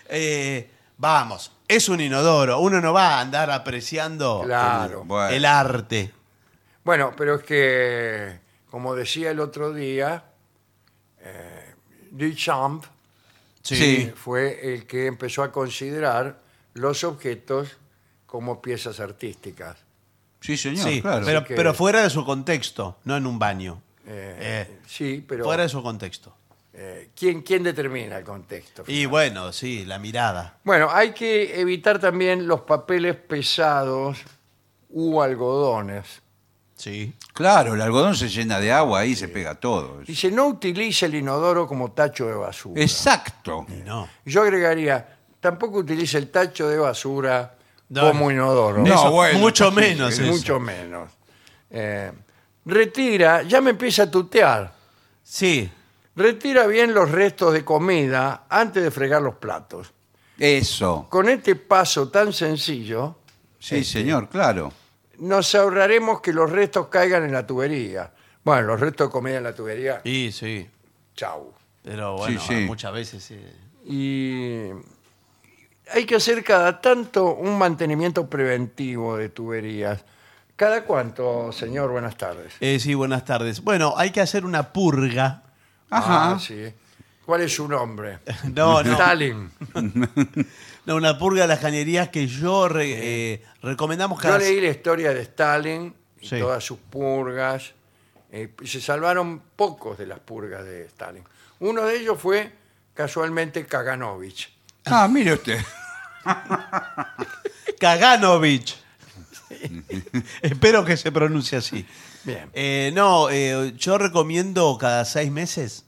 Eh, vamos, es un inodoro. Uno no va a andar apreciando
Claro.
Bueno.
el arte.
Bueno, pero es que, como decía el otro día, eh, Duchamp
Sí.
eh, fue el que empezó a considerar los objetos como piezas artísticas.
Sí, señor,
Sí,
claro.
pero,
Así que-
pero fuera de su contexto, no en un baño.
Eh,
Eh,
sí, pero
fuera de su contexto.
eh, ¿quién, ¿quién determina el contexto?
Y bueno, sí, la mirada.
Bueno, hay que evitar también los papeles pesados u algodones.
Sí.
Claro, el algodón se llena de agua, ahí se pega todo.
Dice, no utilice el inodoro como tacho de basura.
Exacto.
Y no.
Yo agregaría, tampoco utilice el tacho de basura
No.
como inodoro.
No,
Eso,
bueno.
Mucho menos.
Es
eso.
mucho menos. Eh, retira, ya me empieza a tutear.
Sí.
Retira bien los restos de comida antes de fregar los platos.
Eso.
Con este paso tan sencillo,
Sí,
Este.
señor, claro.
nos ahorraremos que los restos caigan en la tubería. Bueno, los restos de comida en la tubería,
Y sí.
chau.
Pero bueno,
Sí, sí.
muchas veces. eh,
Y hay que hacer cada tanto un mantenimiento preventivo de tuberías. ¿Cada cuánto, señor? Buenas tardes.
Eh, sí, buenas tardes. Bueno, hay que hacer una purga.
Ajá.
Ah, sí. ¿Cuál es su nombre?
No, no.
Stalin.
No, una purga de las cañerías que yo re- eh, recomendamos
Yo
cada.
leí la historia de Stalin y
Sí.
todas sus purgas. Eh, se salvaron pocos de las purgas de Stalin. Uno de ellos fue casualmente Kaganovich.
Ah, mire usted.
Kaganovich. Espero que se pronuncie así.
Bien.
Eh, no, eh, yo recomiendo cada seis meses.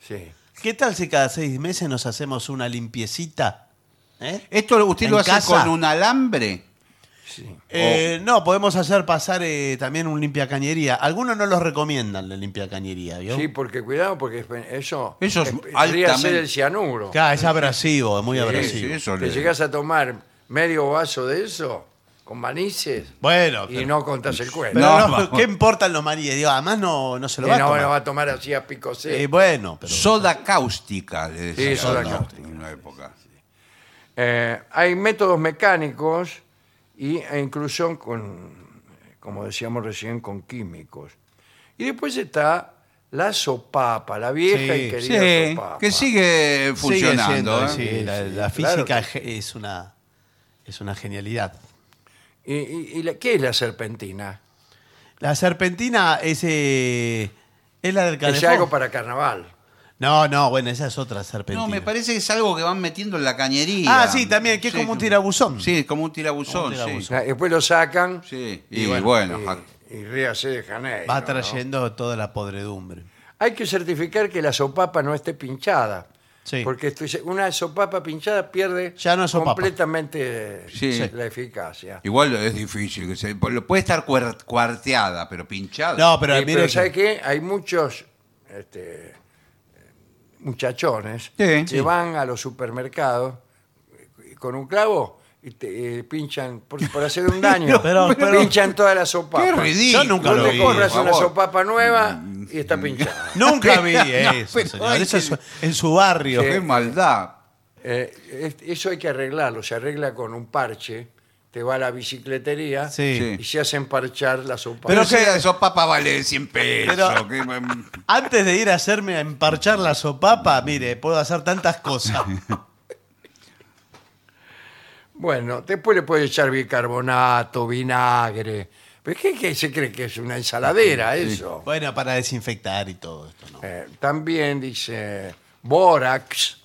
Sí.
¿Qué tal si cada seis meses nos hacemos una limpiecita? ¿Eh?
¿Esto usted
¿En
lo hace
casa?
con un alambre?
Sí.
Eh, No, podemos hacer pasar eh, también un limpiacañería. Algunos no los recomiendan la limpiacañería, ¿vio?
Sí, porque cuidado, porque eso,
Eso es
eh, podría
altamente-
ser el cianuro.
Claro, es abrasivo, es muy abrasivo.
sí, eso
Te
le-
llegas a tomar medio vaso de eso con manices
Bueno,
y
pero-
no contás el cuento.
Pero
No,
no,
vamos.
¿qué importan los maníes? Digo, además no, no se lo
Que
va a
no
tomar.
lo va a tomar así a pico seco.
Eh, bueno, pero...
Soda cáustica, le decía.
soda
¿no?
cáustica.
En una época.
Eh, hay métodos mecánicos y, e incluso con, como decíamos recién, con químicos. Y después está la sopapa, la vieja
Sí,
y querida
Sí,
sopapa.
que sigue funcionando.
Sigue siendo,
¿eh?
sí, la, la
sí, claro
física
que
ge- es una es una genialidad.
¿Y, y- y la- qué es la serpentina?
La serpentina es eh, es la del
Es
calefón.
algo para carnaval.
No, no, bueno, esa es otra serpentina.
No, me parece que es algo que van metiendo en la cañería.
Ah, sí, también, que es como un tirabuzón.
Sí, como un tirabuzón,
Como un tirabuzón.
sí.
Ah, Después lo sacan
Sí,
y,
y
bueno, eh,
bueno,
y-
ja-
y ríase de Janeiro.
Va
¿no?
trayendo toda la podredumbre.
Hay que certificar que la sopapa no esté pinchada.
Sí.
Porque estoy se- una sopapa pinchada pierde
Ya no es sopapa.
completamente
Sí.
la eficacia.
Igual es difícil. que se- pues, puede estar cuer- cuarteada, pero pinchada.
No, pero
Sí,
mire
pero
que-
¿sabe qué? Hay muchos este, eh, muchachones
Sí.
que
Sí.
van a los supermercados eh, con un clavo y te eh, pinchan, por, por hacer un daño,
Pero- pero-
pinchan toda la sopa.
Qué ridículo.
Yo nunca
Vos
lo
te
vi, Mm,
compras
por
una
favor.
sopa nueva y está pinchada.
Nunca vi
No,
eso,
pero
señor.
hay
Eso
que-
es en su barrio.
Qué maldad.
Eh, es- eso hay que arreglarlo, se arregla con un parche, te va a la bicicletería
Sí.
Sí.
y se hacen parchar la sopa.
Pero,
Pero
que
que-
esos papas valen 100 pesos.
Pero-
que, mm,
Antes de ir a hacerme a emparchar la sopapa, mire, puedo hacer tantas cosas.
Bueno, después le puedes echar bicarbonato, vinagre. ¿Pero qué, qué se cree que es una ensaladera eso?
Bueno, para desinfectar y todo esto, ¿no?
Eh, también dice bórax.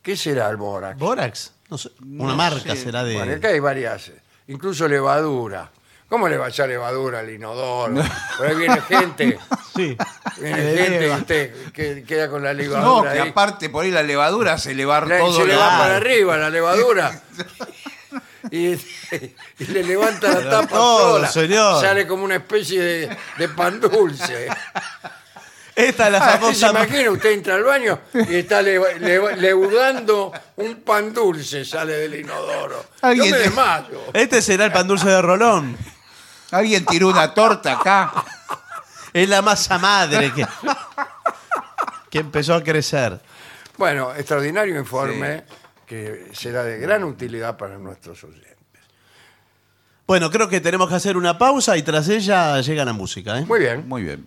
¿Qué será el bórax?
Bórax, no sé, una
No
marca
sé.
será de.
Bueno, acá hay varias, eh, incluso levadura. ¿Cómo le va a echar levadura al inodoro? Por ahí viene gente,
Sí.
viene
Eh,
gente y
va.
usted que- queda con la
No,
levadura
que
ahí.
aparte por ahí la levadura se le va
La-
todo.
se le va
la-
para arriba la levadura. Y, y le levanta la
Pero
tapa
todo,
sola.
señor.
Sale como una especie de, de pan dulce.
Esta es la
Ah, ¿Se
famosa.
imagina? Usted entra al baño y está le- le- leudando un pan dulce, sale del inodoro. Yo
Alguien
me
te-
desmayo.
Este será el pan dulce de Rolón.
Alguien tiró una torta acá.
Es la masa madre que, que empezó a crecer.
Bueno, extraordinario informe que será de gran utilidad para nuestros oyentes.
Bueno, creo que tenemos que hacer una pausa y tras ella llega la música. ¿eh?
Muy bien.
Muy bien.